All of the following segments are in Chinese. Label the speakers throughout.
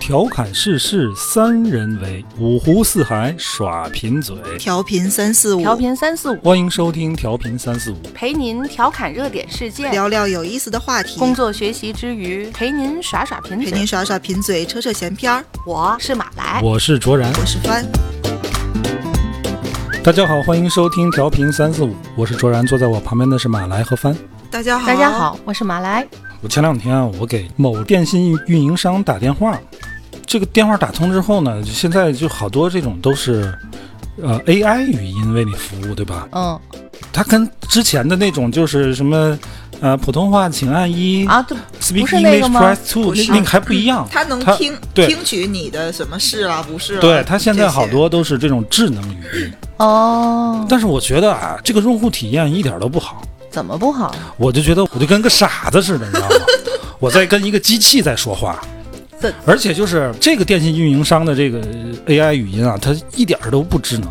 Speaker 1: 调侃世事三人为，五湖四海耍贫嘴。
Speaker 2: 调频三四五，
Speaker 3: 调频三四五，
Speaker 1: 欢迎收听调频三四五，
Speaker 3: 陪您调侃热点事件，
Speaker 2: 聊聊有意思的话题，
Speaker 3: 工作学习之余陪您耍耍贫
Speaker 2: 陪
Speaker 3: 嘴
Speaker 2: 您。耍耍贫嘴，扯扯闲篇儿。
Speaker 3: 我是马来，
Speaker 1: 我是卓然。
Speaker 2: 我是帆，
Speaker 1: 大家好，欢迎收听调频三四五，我是卓然，坐在我旁边的是马来和帆。
Speaker 2: 大家好，
Speaker 3: 大家，好，我是马来。
Speaker 1: 我前两天啊，我给某电信运营商打电话，这个电话打通之后呢，就现在就好多这种都是。呃，AI 语音为你服务，对吧？
Speaker 3: 嗯
Speaker 1: 它跟之前的那种就是什么，呃，普通话请按一、
Speaker 3: 啊，对，
Speaker 1: Speak
Speaker 3: 不是那
Speaker 1: English
Speaker 3: 个吗
Speaker 1: Press Two
Speaker 2: 不是嗯
Speaker 1: 那个还不一样。
Speaker 2: 他能
Speaker 1: 它
Speaker 2: 听
Speaker 1: 对
Speaker 2: 听取你的什么是啊，不是啊？
Speaker 1: 对它现在
Speaker 2: 这些嗯
Speaker 1: 好多都是这种智能语音，
Speaker 3: 哦，
Speaker 1: 但是我觉得啊，这个用户体验一点都不好，
Speaker 3: 怎么不好？
Speaker 1: 我就觉得我就跟个傻子似的，你 知道吗？我在跟一个机器在说话
Speaker 3: 这，
Speaker 1: 而且就是这个电信运营商的这个 AI 语音啊，它一点儿都不智能。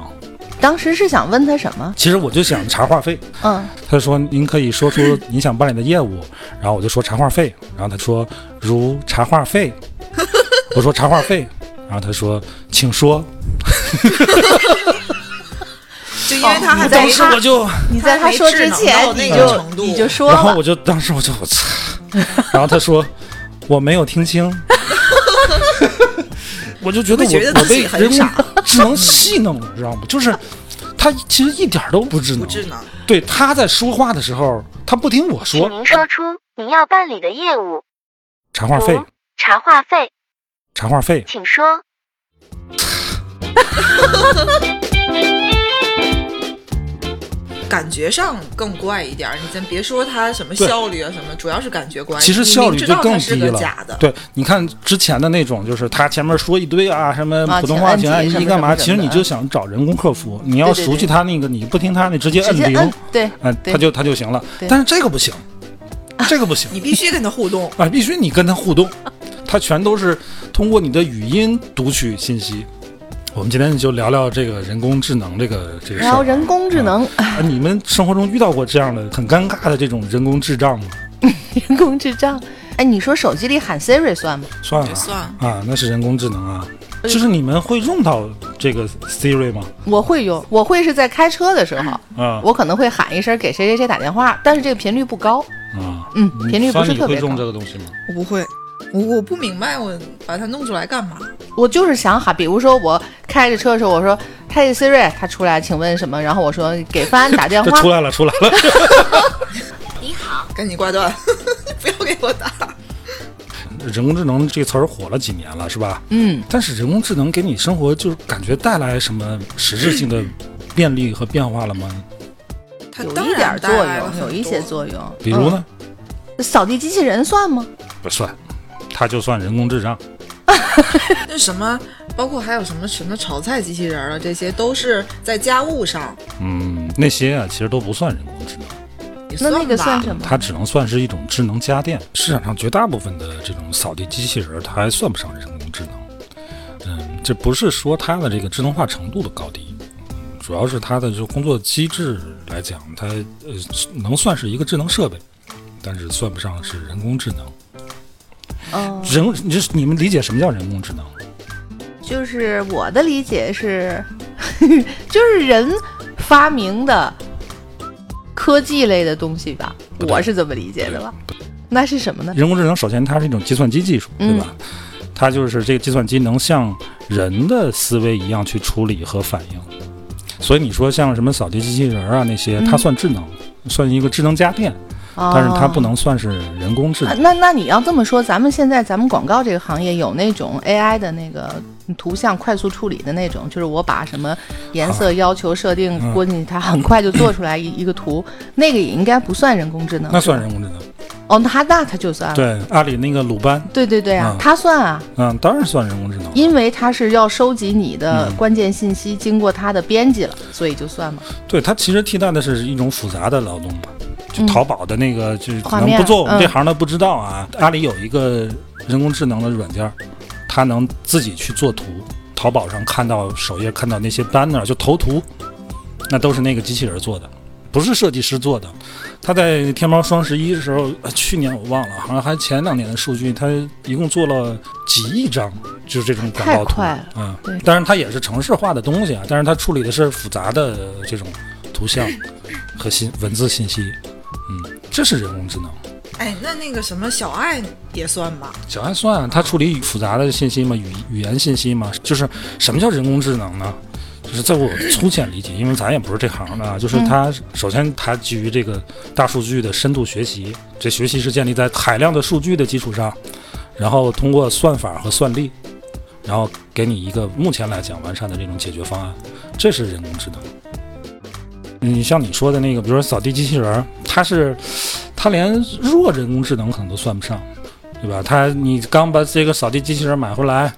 Speaker 3: 当时是想问他什么？
Speaker 1: 其实我就想查话费，
Speaker 3: 嗯，
Speaker 1: 他说您可以说出您想办理的业 务，然后我就说查话费，然后他说如查话 费，我说查话费，然后他说请说，
Speaker 2: 就因为他还
Speaker 3: 哦你在
Speaker 2: 没
Speaker 3: 说
Speaker 2: 到
Speaker 1: 我就，
Speaker 3: 你在他说之前
Speaker 2: 他还没
Speaker 3: 你
Speaker 2: 智能到那个
Speaker 3: 就
Speaker 2: 程度
Speaker 3: 你就说
Speaker 1: 然后
Speaker 3: 了
Speaker 1: 我就当时我就我操， 然后他说我没有听清，我就觉得
Speaker 2: 会觉得
Speaker 1: 我我
Speaker 2: 自
Speaker 1: 被
Speaker 2: 己很
Speaker 1: 人工
Speaker 2: 傻
Speaker 1: 智能戏弄，你知道吗？就是他其实一点儿都不智
Speaker 2: 不
Speaker 1: 能，
Speaker 2: 智能，
Speaker 1: 对他在说话的时候，他不听我
Speaker 4: 请
Speaker 1: 说
Speaker 4: 您说出您要办理的业务，
Speaker 1: 查话费
Speaker 4: 如，查话费，
Speaker 1: 查话费。
Speaker 4: 请说。
Speaker 2: 感觉上更怪一点儿。你先别说他什么
Speaker 1: 对
Speaker 2: 效率啊什么，主要是感觉怪。
Speaker 1: 其实
Speaker 2: 你
Speaker 1: 效率
Speaker 2: 明知
Speaker 1: 就
Speaker 2: 道
Speaker 1: 更
Speaker 2: 它是
Speaker 1: 低
Speaker 2: 个
Speaker 1: 了
Speaker 2: 假的，
Speaker 1: 对，你看之前的那种，就是他前面说一堆啊，什么
Speaker 3: 啊
Speaker 1: 普通话
Speaker 3: 请
Speaker 1: 请
Speaker 3: 按
Speaker 1: 按
Speaker 3: 几什
Speaker 1: 一
Speaker 3: 么
Speaker 1: 干嘛，
Speaker 3: 什么
Speaker 1: 其实你
Speaker 3: 什么
Speaker 1: 就想找人工客服，你要
Speaker 3: 对对
Speaker 1: 熟悉
Speaker 3: 对
Speaker 1: 他那个，你不听他那，直接
Speaker 3: 直
Speaker 1: 摁
Speaker 3: 接
Speaker 1: 零，
Speaker 3: 摁，对
Speaker 1: 啊，
Speaker 3: 对
Speaker 1: 他就他就行了。
Speaker 3: 对
Speaker 1: 但是这个 不行，这个不行
Speaker 2: 你必须跟他互动。
Speaker 1: 啊，必须你跟他互动，他全都是通过你的语音读取信息。我们今天就聊聊这个人工智能这个这个事
Speaker 3: 然后
Speaker 1: 儿
Speaker 3: 人工智能，
Speaker 1: 啊。你们生活中遇到过这样的很尴尬的这种人工智障吗？
Speaker 3: 人工智障。哎，你说手机里喊 Siri 算吗？
Speaker 1: 算了
Speaker 2: 这算了
Speaker 1: 啊，那是人工智能啊。
Speaker 3: 嗯
Speaker 1: 就是你们会用到这个 Siri 吗？
Speaker 3: 我会用，我会是在开车的时候，
Speaker 1: 啊
Speaker 3: 我可能会喊一声给谁谁谁打电话，但是这个频率不高。
Speaker 1: 啊，
Speaker 3: 嗯，频率不是
Speaker 1: 你
Speaker 3: 特
Speaker 1: 会
Speaker 3: 别
Speaker 1: 用
Speaker 3: 高
Speaker 1: 这。个东西吗？
Speaker 2: 我不会，我我不明白，我把它弄出来干嘛？
Speaker 3: 我就是想喊，比如说我开着车的时候，我说“嘿，Siri”，他出来，请问什么？然后我说给帆 打电
Speaker 1: 这
Speaker 3: 话
Speaker 1: 出。来了，出来了。
Speaker 2: 赶紧挂断， 不要给我打。
Speaker 1: 人工智能这个词儿火了几年了，是吧？
Speaker 3: 嗯，
Speaker 1: 但是人工智能给你生活就是感觉带来什么实质性的便利和变化了吗？
Speaker 2: 它
Speaker 3: 有
Speaker 2: 当
Speaker 3: 一点
Speaker 2: 然
Speaker 3: 作
Speaker 2: 带来了
Speaker 3: 用，
Speaker 2: 很
Speaker 3: 有一些
Speaker 2: 多
Speaker 3: 作用。
Speaker 1: 比如呢，
Speaker 3: 嗯，扫地机器人算吗？
Speaker 2: 嗯
Speaker 1: 不算，它就算人工智障。
Speaker 2: 那什么，包括还有什么什么炒菜机器人儿啊，这些都是在家务上
Speaker 1: 嗯，那些啊其实都不算人工智能，
Speaker 2: 也
Speaker 3: 那那个
Speaker 2: 吧
Speaker 3: 算什么？
Speaker 1: 它只能算是一种智能家电。市场上绝大部分的这种扫地机器人，它还算不上人工智能。嗯，这不是说它的这个智能化程度的高低，主要是它的就工作机制来讲，它呃能算是一个智能设备，但是算不上是人工智能。
Speaker 3: 嗯，
Speaker 1: 人，你这你们理解什么叫人工智能？
Speaker 3: 就是我的理解是， 就是人发明的科技类的东西吧，
Speaker 1: 不对
Speaker 3: 我是这么理解的吧？那是什么呢？
Speaker 1: 人工智能首先它是一种计算机技术，对吧？
Speaker 3: 嗯
Speaker 1: 它就是这个计算机能像人的思维一样去处理和反应。所以你说像什么扫地机器人啊那些，它算智能，算一个智能家电，但是它不
Speaker 3: 嗯哦
Speaker 1: 能算是人工智
Speaker 3: 啊
Speaker 1: 能。
Speaker 3: 那那你要这么说，咱们现在咱们广告这个行业有那种 AI 的那个图像快速处理的那种，就是我把什么颜
Speaker 1: 啊
Speaker 3: 色要求设定
Speaker 1: 嗯
Speaker 3: 过去，它很快就做出来一一个图，那个也应该不算人工智能。
Speaker 1: 那算人工智能？
Speaker 3: 哦，那它那它就算了。
Speaker 1: 对，阿里那个鲁班，
Speaker 3: 对对对啊，
Speaker 1: 嗯
Speaker 3: 它算啊，
Speaker 1: 嗯，当然算人工智能。
Speaker 3: 因为它是要收集你的
Speaker 1: 嗯
Speaker 3: 关键信息，经过它的编辑了，所以就算嘛。
Speaker 1: 对，它其实替代的是一种复杂的劳动吧。就淘宝的那个，就是可
Speaker 3: 嗯画
Speaker 1: 能
Speaker 3: 面
Speaker 1: 不做我们
Speaker 3: 嗯
Speaker 1: 这行的不知道啊。阿里有一个人工智能的软件儿，它能自己去做图。淘宝上看到首页看到那些 banner 就投图，那都是那个机器人做的，不是设计师做的。他在天猫双十一的时候，呃去年我忘了，好像还前两年的数据，他一共做了几亿张就是这种广告图，
Speaker 3: 太快了
Speaker 1: 嗯，
Speaker 3: 对
Speaker 1: 当然它也是城市化的东西啊，但是它处理的是复杂的这种图像和信文字信息，嗯，这是人工智能。
Speaker 2: 哎，那那个什么小爱也算吧？
Speaker 1: 小爱算，它处理复杂的信息嘛，语语言信息嘛，就是什么叫人工智能呢？就是在我粗浅理解，因为咱也不是这行的啊，就是它首先它基于这个大数据的深度学习，这学习是建立在海量的数据的基础上，然后通过算法和算力，然后给你一个目前来讲完善的这种解决方案，这是人工智能。嗯，像你说的那个，比如说扫地机器人儿，它是它连弱人工智能可能都算不上。对吧？他你刚把这个扫地机器人买回来，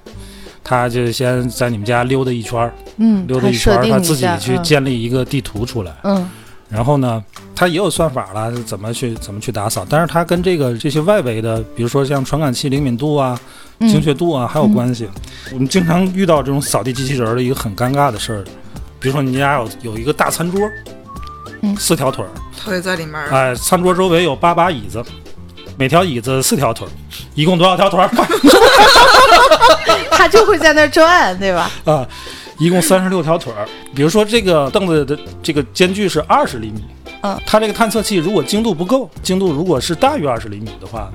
Speaker 1: 他就先在你们家溜达一圈儿，
Speaker 3: 嗯，
Speaker 1: 溜达
Speaker 3: 它
Speaker 1: 一圈
Speaker 3: 设
Speaker 1: 儿，
Speaker 3: 定
Speaker 1: 他
Speaker 3: 一
Speaker 1: 自己
Speaker 3: 下
Speaker 1: 去建立一个地图出来。
Speaker 3: 嗯嗯
Speaker 1: 然后呢，它也有算法了，怎么去怎么去打扫，但是它跟这个这些外围的，比如说像传感器灵敏度啊、
Speaker 3: 嗯
Speaker 1: 精确度啊，还有关系。我们经常遇到这种扫地机器人儿的一个很尴尬的事儿，比如说你家有有一个大餐桌，
Speaker 3: 嗯
Speaker 1: 四条腿儿，
Speaker 2: 腿在里面儿，
Speaker 1: 哎，餐桌周围有八把椅子，每条椅子四条腿儿，一共多少条腿儿？
Speaker 3: 它就会在那儿转，对吧？
Speaker 1: 啊，一共三十六条腿儿。比如说这个凳子的这个间距是二十厘米，
Speaker 3: 嗯，
Speaker 1: 它这个探测器如果精度不够，精度如果是大于二十厘米的话，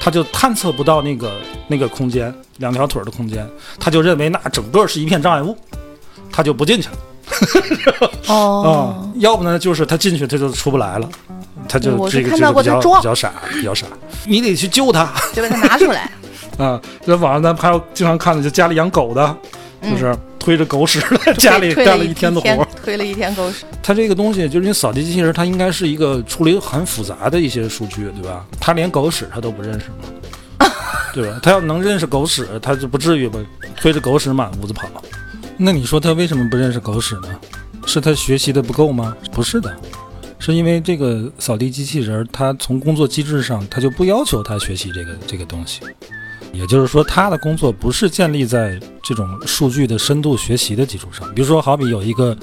Speaker 1: 它就探测不到那个那个空间，两条腿儿的空间，它就认为那整个是一片障碍物，它就不进去了啊、
Speaker 3: 哦，
Speaker 1: 要不呢，就是它进去它就出不来了。它就
Speaker 3: 嗯我是
Speaker 1: 这个
Speaker 3: 看
Speaker 1: 这
Speaker 3: 到
Speaker 1: 个
Speaker 3: 过
Speaker 1: 比
Speaker 3: 它
Speaker 1: 较
Speaker 3: 撞
Speaker 1: 比较傻，比较傻，你得去救它。
Speaker 3: 就把它拿出来。
Speaker 1: 啊，在网上咱们还有经常看的，就家里养狗的，就是推着狗屎在 家里
Speaker 3: 推
Speaker 1: 干
Speaker 3: 了
Speaker 1: 了一天的活
Speaker 3: 天
Speaker 1: 儿。，
Speaker 3: 推了一天狗屎。
Speaker 1: 它这个东西就是你扫地机器人，它应该是一个处理很复杂的一些数据，对吧？它连狗屎它都不认识嘛，对吧？它要能认识狗屎，它就不至于吧推着狗屎满屋子跑。那你说它为什么不认识狗屎呢？是它学习的不够吗？不是的。是因为这个扫地机器人儿，它从工作机制上，它就不要求它学习这个这个东西。也就是说，它的工作不是建立在这种数据的深度学习的基础上。比如说，好比有一个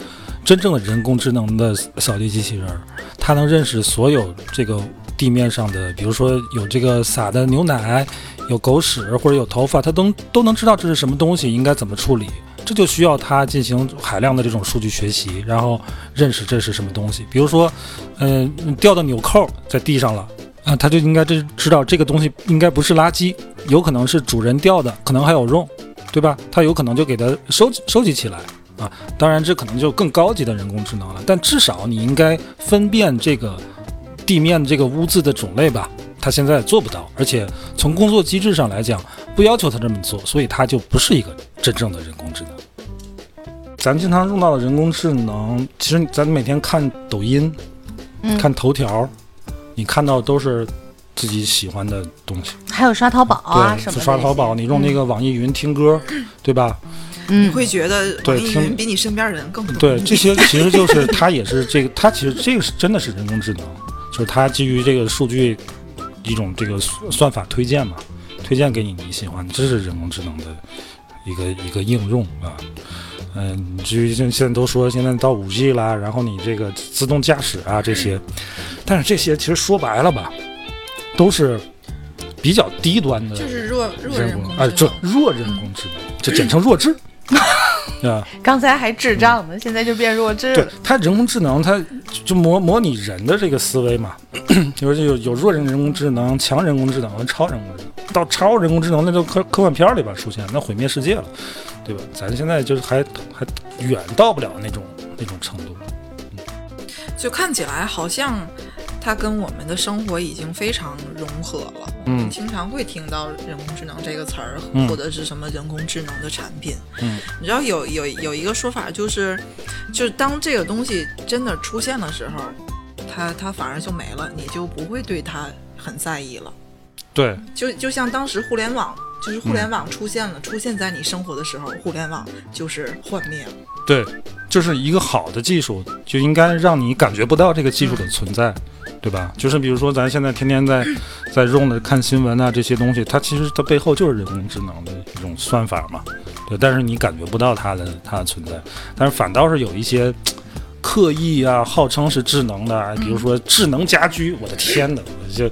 Speaker 1: 真正的人工智能的扫地机器人儿，它能认识所有这个地面上的，比如说有这个撒的牛奶、有狗屎或者有头发，它都都能知道这是什么东西，应该怎么处理。这就需要它进行海量的这种数据学习，然后认识这是什么东西。比如说，嗯、掉的纽扣在地上了。啊，它就应该知知道这个东西应该不是垃圾，有可能是主人掉的，可能还有肉，对吧？它有可能就给它收集收集起来啊。当然，这可能就更高级的人工智能了，但至少你应该分辨这个地面这个污渍的种类吧。它现在做不到，而且从工作机制上来讲，不要求它这么做，所以它就不是一个真正的人工智能。咱们经常用到的人工智能，其实咱每天看抖音、
Speaker 3: 嗯
Speaker 1: 看头条，你看到都是自己喜欢的东西。
Speaker 3: 还有刷淘宝啊
Speaker 1: 对，
Speaker 3: 什么的。
Speaker 1: 刷淘宝，你用那个网易云听歌，对吧？
Speaker 2: 你
Speaker 3: 嗯，
Speaker 2: 会觉得网
Speaker 1: 对
Speaker 2: 易
Speaker 1: 听
Speaker 2: 云比你身边人更懂
Speaker 1: 对，
Speaker 2: 你
Speaker 1: 这些其实就是 它也是这个，它其实这个是真的是人工智能，就是它基于这个数据一种这个算法推荐嘛，推荐给你你喜欢，这是人工智能的一个一个应用啊。嗯，至于现现在都说现在到五 G 啦，然后你这个自动驾驶啊这些，但是这些其实说白了吧，都是比较低端的
Speaker 2: 就是弱弱
Speaker 1: 人
Speaker 2: 人
Speaker 1: 工
Speaker 2: 工
Speaker 1: 啊，这
Speaker 2: 智能。
Speaker 1: 弱人工智能，就简称弱智， 啊，
Speaker 3: 刚才还智障呢，现在就变弱智
Speaker 1: 对
Speaker 3: 了。，
Speaker 1: 它人工智能它就模模拟人的这个思维嘛， 就是有有弱人人工智能、强人工智能和超人工智能，到超人工智能那就科科幻片里边出现，那毁灭世界了，对吧？咱现在就是还还远到不了那种那种程度，
Speaker 2: 就看起来好像它跟我们的生活已经非常融合了。
Speaker 1: 嗯
Speaker 2: 你经常会听到人工智能这个词儿，
Speaker 1: 嗯
Speaker 2: 或者是什么人工智能的产品。
Speaker 1: 嗯，
Speaker 2: 你知道有有有一个说法就是，就是当这个东西真的出现的时候，它它反而就没了，你就不会对它很在意了。
Speaker 1: 对，
Speaker 2: 就就像当时互联网，就是互联网出现了，
Speaker 1: 嗯
Speaker 2: 出现在你生活的时候，互联网就是幻灭了。
Speaker 1: 对，就是一个好的技术就应该让你感觉不到这个技术的存在，对吧？就是比如说咱现在天天在在用的看新闻啊这些东西，它其实它背后就是人工智能的一种算法嘛，对。但是你感觉不到它的它的存在，但是反倒是有一些。刻意啊，号称是智能的啊，比如说智能家居，我的天哪，我就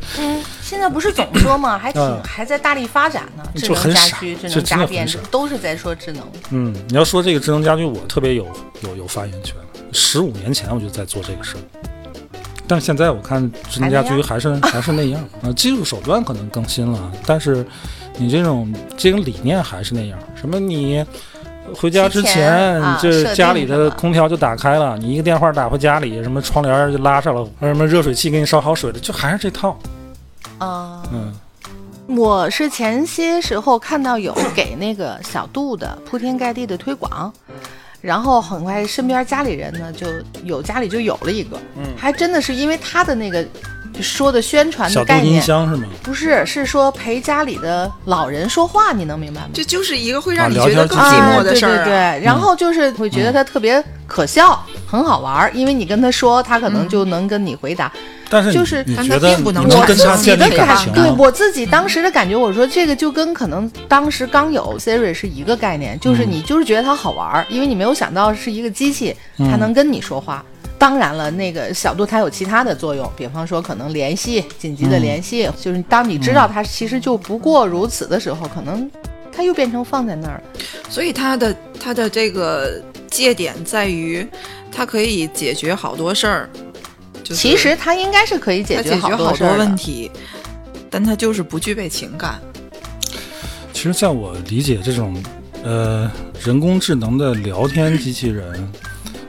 Speaker 3: 现在不是总说嘛，还挺
Speaker 1: 嗯
Speaker 3: 还在大力发展呢，智
Speaker 1: 就
Speaker 3: 能
Speaker 1: 很
Speaker 3: 家
Speaker 1: 傻
Speaker 3: 居、智
Speaker 1: 这
Speaker 3: 能
Speaker 1: 真
Speaker 3: 家
Speaker 1: 的
Speaker 3: 电
Speaker 1: 很傻
Speaker 3: 都是在说智能。
Speaker 1: 嗯，你要说这个智能家居，我特别有有有发言权。十五年前我就在做这个事儿，但是现在我看智能家居还是 还是那样啊，技术手段可能更新了，但是你这种这种理念还是那样。什么你回家之
Speaker 3: 提前
Speaker 1: 前，
Speaker 3: 啊
Speaker 1: 你这家里
Speaker 3: 设定什么
Speaker 1: 的空调就打开了，你一个电话打回家里，什么窗帘就拉上了，什么热水器给你烧好水了，就还是这套。
Speaker 3: 啊、
Speaker 1: 嗯，
Speaker 3: 我是前些时候看到有给那个小度的铺天盖地的推广，然后很快身边家里人呢就有家里就有了一个，
Speaker 1: 嗯
Speaker 3: 还真的是因为他的那个就说的宣传的
Speaker 1: 小度
Speaker 3: 概
Speaker 1: 音
Speaker 3: 念，
Speaker 1: 箱是吗？
Speaker 3: 不是是说陪家里的老人说话，你能明白吗？
Speaker 2: 这就是一个会让你
Speaker 1: 啊
Speaker 2: 觉得
Speaker 1: 聊天
Speaker 2: 更
Speaker 1: 记
Speaker 2: 寂
Speaker 1: 录
Speaker 2: 寞的事儿、啊嗯
Speaker 3: 对对对，然后就是会觉得他特别可笑，很好玩儿，因为你跟他说，他可
Speaker 2: 嗯
Speaker 3: 能就能跟你回答。
Speaker 1: 但是你
Speaker 3: 就是
Speaker 1: 你
Speaker 2: 但
Speaker 1: 觉
Speaker 2: 它
Speaker 1: 得
Speaker 2: 并不
Speaker 1: 你
Speaker 2: 能
Speaker 1: 能
Speaker 2: 我
Speaker 1: 跟他
Speaker 2: 自己
Speaker 1: 建
Speaker 2: 的
Speaker 1: 立
Speaker 2: 感
Speaker 1: 感
Speaker 2: 觉
Speaker 1: 情
Speaker 3: 对
Speaker 1: 吗？
Speaker 3: 我自己当时的感觉，我说这个就跟可能当时刚有 Siri 是一个概念，就是
Speaker 2: 嗯
Speaker 3: 你就是觉得它好玩儿，因为你没有想到是一个机器，
Speaker 2: 嗯
Speaker 3: 它能跟你说话。当然了，那个小度它有其他的作用，比方说可能联系紧急的
Speaker 2: 嗯
Speaker 3: 联系，就是当你知道它其实就不过如此的时候，可能它又变成放在那儿了。
Speaker 2: 所以它的它的这个界点在于，它可以解决好多事儿。就是、
Speaker 3: 其实它应该是可以解
Speaker 2: 它
Speaker 3: 决
Speaker 2: 解决
Speaker 3: 多
Speaker 2: 好
Speaker 3: 事儿
Speaker 2: 多
Speaker 3: 的
Speaker 2: 问题，但它就是不具备情感。啊
Speaker 1: 其实，在我理解，这种呃人工智能的聊天机器人，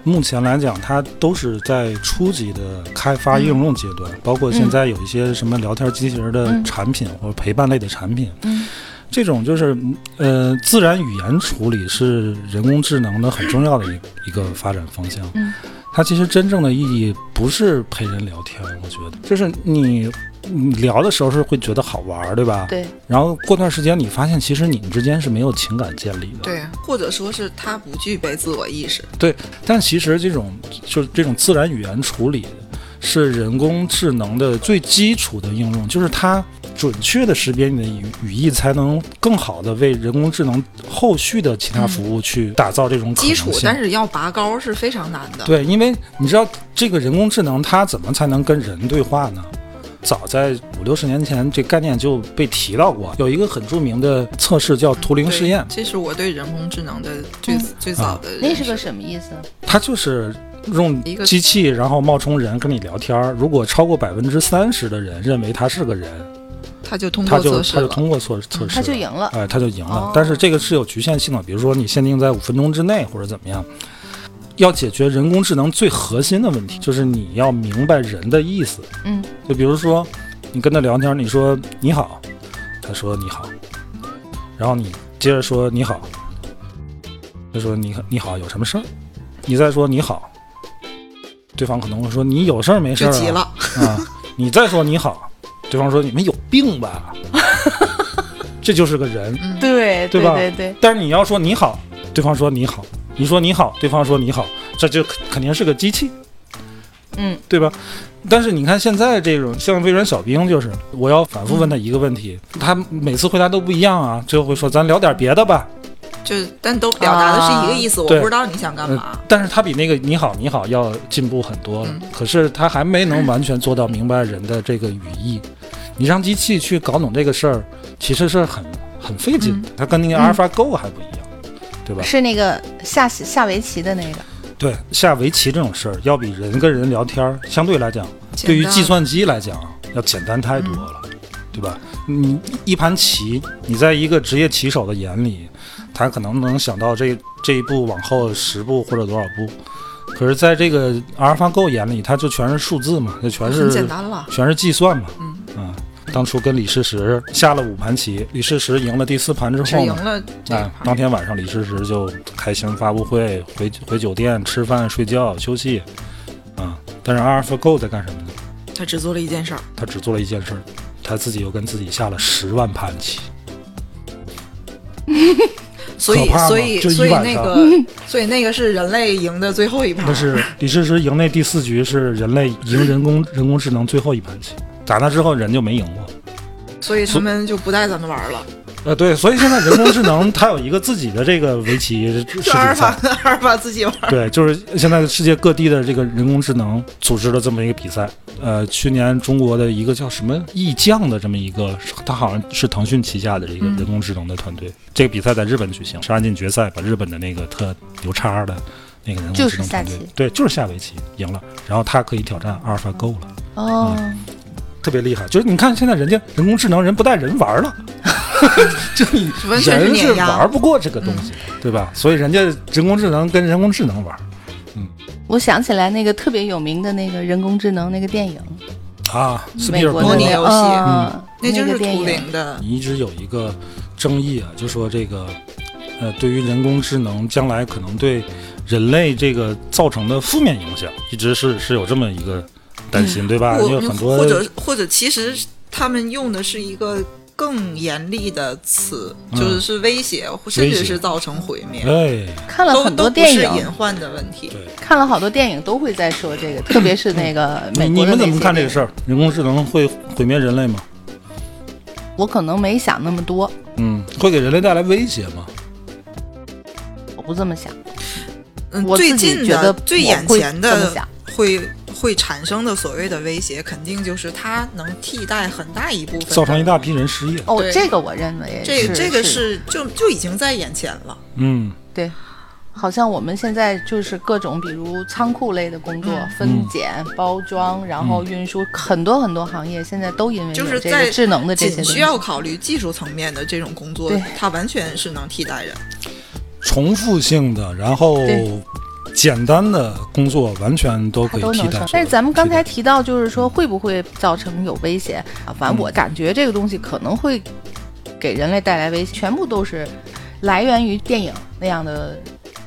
Speaker 1: 目前来讲，它都是在初级的开发应用阶段，包括现在有一些什么聊天机器人的产品、或者陪伴类的产品。
Speaker 3: 嗯
Speaker 1: 这种就是，呃，自然语言处理是人工智能的很重要的一一个发展方向。
Speaker 3: 嗯
Speaker 1: 它其实真正的意义不是陪人聊天，我觉得就是你你聊的时候是会觉得好玩儿，对吧？
Speaker 3: 对，
Speaker 1: 然后过段时间，你发现其实你们之间是没有情感建立的。，
Speaker 2: 对，或者说是它不具备自我意识。
Speaker 1: 对，但其实这种就是这种自然语言处理是人工智能的最基础的应用，就是它准确的识别你的语语义，才能更好的为人工智能后续的其他服务去打造这种可
Speaker 2: 嗯基
Speaker 1: 能
Speaker 2: 础
Speaker 1: 性，。
Speaker 2: 但是要拔高是非常难的。
Speaker 1: 对，因为你知道这个人工智能它怎么才能跟人对话呢？早在五六十年前，这概念就被提到过。有一个很著名的测试叫图灵
Speaker 2: 对
Speaker 1: 试验，
Speaker 2: 这是我对人工智能的最、最早的认识、
Speaker 3: 嗯啊那是个什么意思？
Speaker 1: 它就是用
Speaker 2: 一个
Speaker 1: 机器，然后冒充人跟你聊天儿。如果超过百分之三十的人认为他是个人，
Speaker 2: 他就通
Speaker 1: 他
Speaker 2: 过
Speaker 1: 就
Speaker 2: 测试
Speaker 1: 他就
Speaker 2: 了。嗯
Speaker 1: 通过测测试，
Speaker 3: 它就赢了。
Speaker 2: 啊
Speaker 1: 哎，他就赢了。
Speaker 3: 哦
Speaker 1: 但是这个是有局限性的，比如说你限定在五分钟之内或者怎么样。要解决人工智能最核心的问题，就是你要明白人的意思。
Speaker 3: 嗯，
Speaker 1: 就比如说你跟他聊天，你说你好，他说你好，然后你接着说你好，他说你你好有什么事儿？你再说你好，对方可能会说你有事儿没事
Speaker 2: 就
Speaker 1: 儿、啊？
Speaker 2: 急了，
Speaker 1: 啊，你再说你好，对方说你们有病 吧，这就是个人。
Speaker 2: 嗯
Speaker 3: 对
Speaker 1: 对吧
Speaker 3: 对对，
Speaker 1: 但是你要说你好，对方说你好，你说你好，对方说你好，这就肯肯定是个机器，
Speaker 3: 嗯，
Speaker 1: 对吧？但是你看现在这种像微软小冰，就是我要反复问他一个问题，他每次回答都不一样啊，最后会说咱聊点别的吧。
Speaker 2: 就但都表达的是一个意思，我
Speaker 1: 啊对
Speaker 2: 不知道你想干嘛
Speaker 1: 呃。但是他比那个你好你好要进步很多了，
Speaker 2: 嗯
Speaker 1: 可是他还没能完全做到明白人的这个语义。你让机器去搞懂这个事儿，其实是很很费劲的，它跟那个 AlphaGo 还不一样，对吧？
Speaker 3: 是那个下棋下围棋的那个。
Speaker 1: 对，下围棋这种事儿，要比人跟人聊天儿相对来讲，
Speaker 2: 简
Speaker 1: 呃对于
Speaker 2: 单嗯
Speaker 1: 计算机来讲要简单太多了，对吧？你一盘棋，你在一个职业棋手的眼里，他可能能想到这这一步往后十步或者多少步，可是在这个阿尔法狗眼里，它就全是数字嘛，就全是
Speaker 2: 很简单了。
Speaker 1: 全是计算嘛，
Speaker 2: 嗯
Speaker 1: 啊。当初跟李世石下了五盘棋，李世石赢了第四盘之
Speaker 2: 只
Speaker 1: 后
Speaker 2: 赢
Speaker 1: 呢，
Speaker 2: 了这一
Speaker 1: 哎，当
Speaker 2: 盘，
Speaker 1: 天晚上李世石就开新闻发布会，回回酒店吃饭、睡觉、休息，啊、但是 AlphaGo 在干什么呢？
Speaker 2: 他只做了一件事儿，
Speaker 1: 他只做了一件事儿，他自己又跟自己下了十万盘棋。
Speaker 2: 所以
Speaker 1: 可怕吗
Speaker 2: 所以
Speaker 1: 就一
Speaker 2: 所以
Speaker 1: 晚
Speaker 2: 那
Speaker 1: 上
Speaker 2: 个 所以那个是人类赢的最后一盘
Speaker 1: 但。是李世石赢那第四局是人类赢人工人工智能最后一盘棋，打那之后人就没赢过。
Speaker 2: 所以他们就不带咱们玩了。
Speaker 1: 呃，对，所以现在人工智能它有一个自己的这个围棋世
Speaker 2: 是
Speaker 1: 界
Speaker 2: 阿尔
Speaker 1: 赛
Speaker 2: 法，，阿尔法自己玩。
Speaker 1: 对，就是现在世界各地的这个人工智能组织了这么一个比赛。呃，去年中国的一个叫什么易将的这么一个，它好像是腾讯旗下的这
Speaker 3: 嗯
Speaker 1: 个人工智能的团队，这个比赛在日本举行，杀进决赛，把日本的那个特牛叉的那个人工
Speaker 3: 就
Speaker 1: 智
Speaker 3: 是
Speaker 1: 能团队
Speaker 3: 下棋，
Speaker 1: 对，就是下围棋赢了，然后他可以挑战阿尔法 Go 了。
Speaker 3: 哦，
Speaker 1: 特别厉害，就是你看现在人家人工智能人不带人玩了， 就你
Speaker 2: 完全是
Speaker 1: 人是
Speaker 2: 碾压
Speaker 1: 玩不过这个东西的，对吧？所以人家人工智能跟人工智能玩
Speaker 3: 我想起来那个特别有名的那个人工智能那个电影，
Speaker 1: 啊，斯皮
Speaker 3: 美
Speaker 1: 尔
Speaker 3: 国
Speaker 1: 伯格
Speaker 2: 模
Speaker 3: 的
Speaker 2: 拟
Speaker 3: 那
Speaker 2: 游
Speaker 3: 个
Speaker 2: 戏
Speaker 3: 嗯，
Speaker 2: 那真
Speaker 3: 个
Speaker 2: 是
Speaker 3: 电
Speaker 2: 图
Speaker 3: 影。
Speaker 2: 灵的，
Speaker 1: 你一直有一个争议啊，就说这个，呃，对于人工智能将来可能对人类这个造成的负面影响，一直是是有这么一个担
Speaker 3: 嗯
Speaker 1: 心，对吧？
Speaker 2: 我
Speaker 1: 因为很多
Speaker 2: 或者或者其实他们用的是一个更严厉的词，
Speaker 1: 嗯
Speaker 2: 就是是威胁，甚
Speaker 1: 威胁
Speaker 2: 至是造成毁灭，
Speaker 1: 哎，
Speaker 3: 看了
Speaker 2: 都
Speaker 3: 很
Speaker 2: 都
Speaker 3: 多
Speaker 2: 不
Speaker 3: 电
Speaker 2: 是隐
Speaker 3: 影，
Speaker 2: 患的问题
Speaker 1: 对。
Speaker 3: 看了好多电影都会在说这个， 特别是那个
Speaker 1: 你
Speaker 3: 美
Speaker 1: 嗯你
Speaker 3: 国的
Speaker 1: 们
Speaker 3: 那
Speaker 1: 怎么
Speaker 3: 些
Speaker 1: 看这个
Speaker 3: 电影
Speaker 1: 事儿？人工智能会毁灭人类吗？
Speaker 3: 我可能没想那么多，
Speaker 1: 嗯，会给人类带来威胁吗？
Speaker 3: 我不这么想。
Speaker 2: 嗯，
Speaker 3: 我
Speaker 2: 最
Speaker 3: 自己
Speaker 2: 近
Speaker 3: 觉得
Speaker 2: 的、最
Speaker 3: 我
Speaker 2: 眼
Speaker 3: 会
Speaker 2: 前
Speaker 3: 这么
Speaker 2: 的
Speaker 3: 想
Speaker 2: 会会产生的所谓的威胁，肯定就是它能替代很大一部分的，
Speaker 1: 造成一大批人失业。
Speaker 3: 哦，
Speaker 2: 对
Speaker 3: 这个我认为
Speaker 2: 这
Speaker 3: 是
Speaker 2: 这个
Speaker 3: 是
Speaker 2: 是就就已经在眼前了。
Speaker 1: 嗯，
Speaker 3: 对，好像我们现在就是各种，比如仓库类的工作，
Speaker 1: 嗯
Speaker 3: 分拣、包装，然后运输，很多很多行业现在都因为
Speaker 2: 就
Speaker 3: 有
Speaker 2: 是
Speaker 3: 这
Speaker 2: 在
Speaker 3: 个智能的这些
Speaker 2: 仅
Speaker 3: 东西
Speaker 2: 需要考虑技术层面的这种工作
Speaker 3: 对，
Speaker 2: 它完全是能替代人。
Speaker 1: 重复性的，然后
Speaker 3: 对
Speaker 1: 简单的工作完全都
Speaker 3: 它
Speaker 1: 可以
Speaker 3: 都
Speaker 1: 替
Speaker 3: 能
Speaker 1: 代嗯
Speaker 3: 上。。但是咱们刚才提到，就是说会不会造成有威胁啊？反正我感觉这个东西可能会给人类带来威胁，全部都是来源于电影那样的。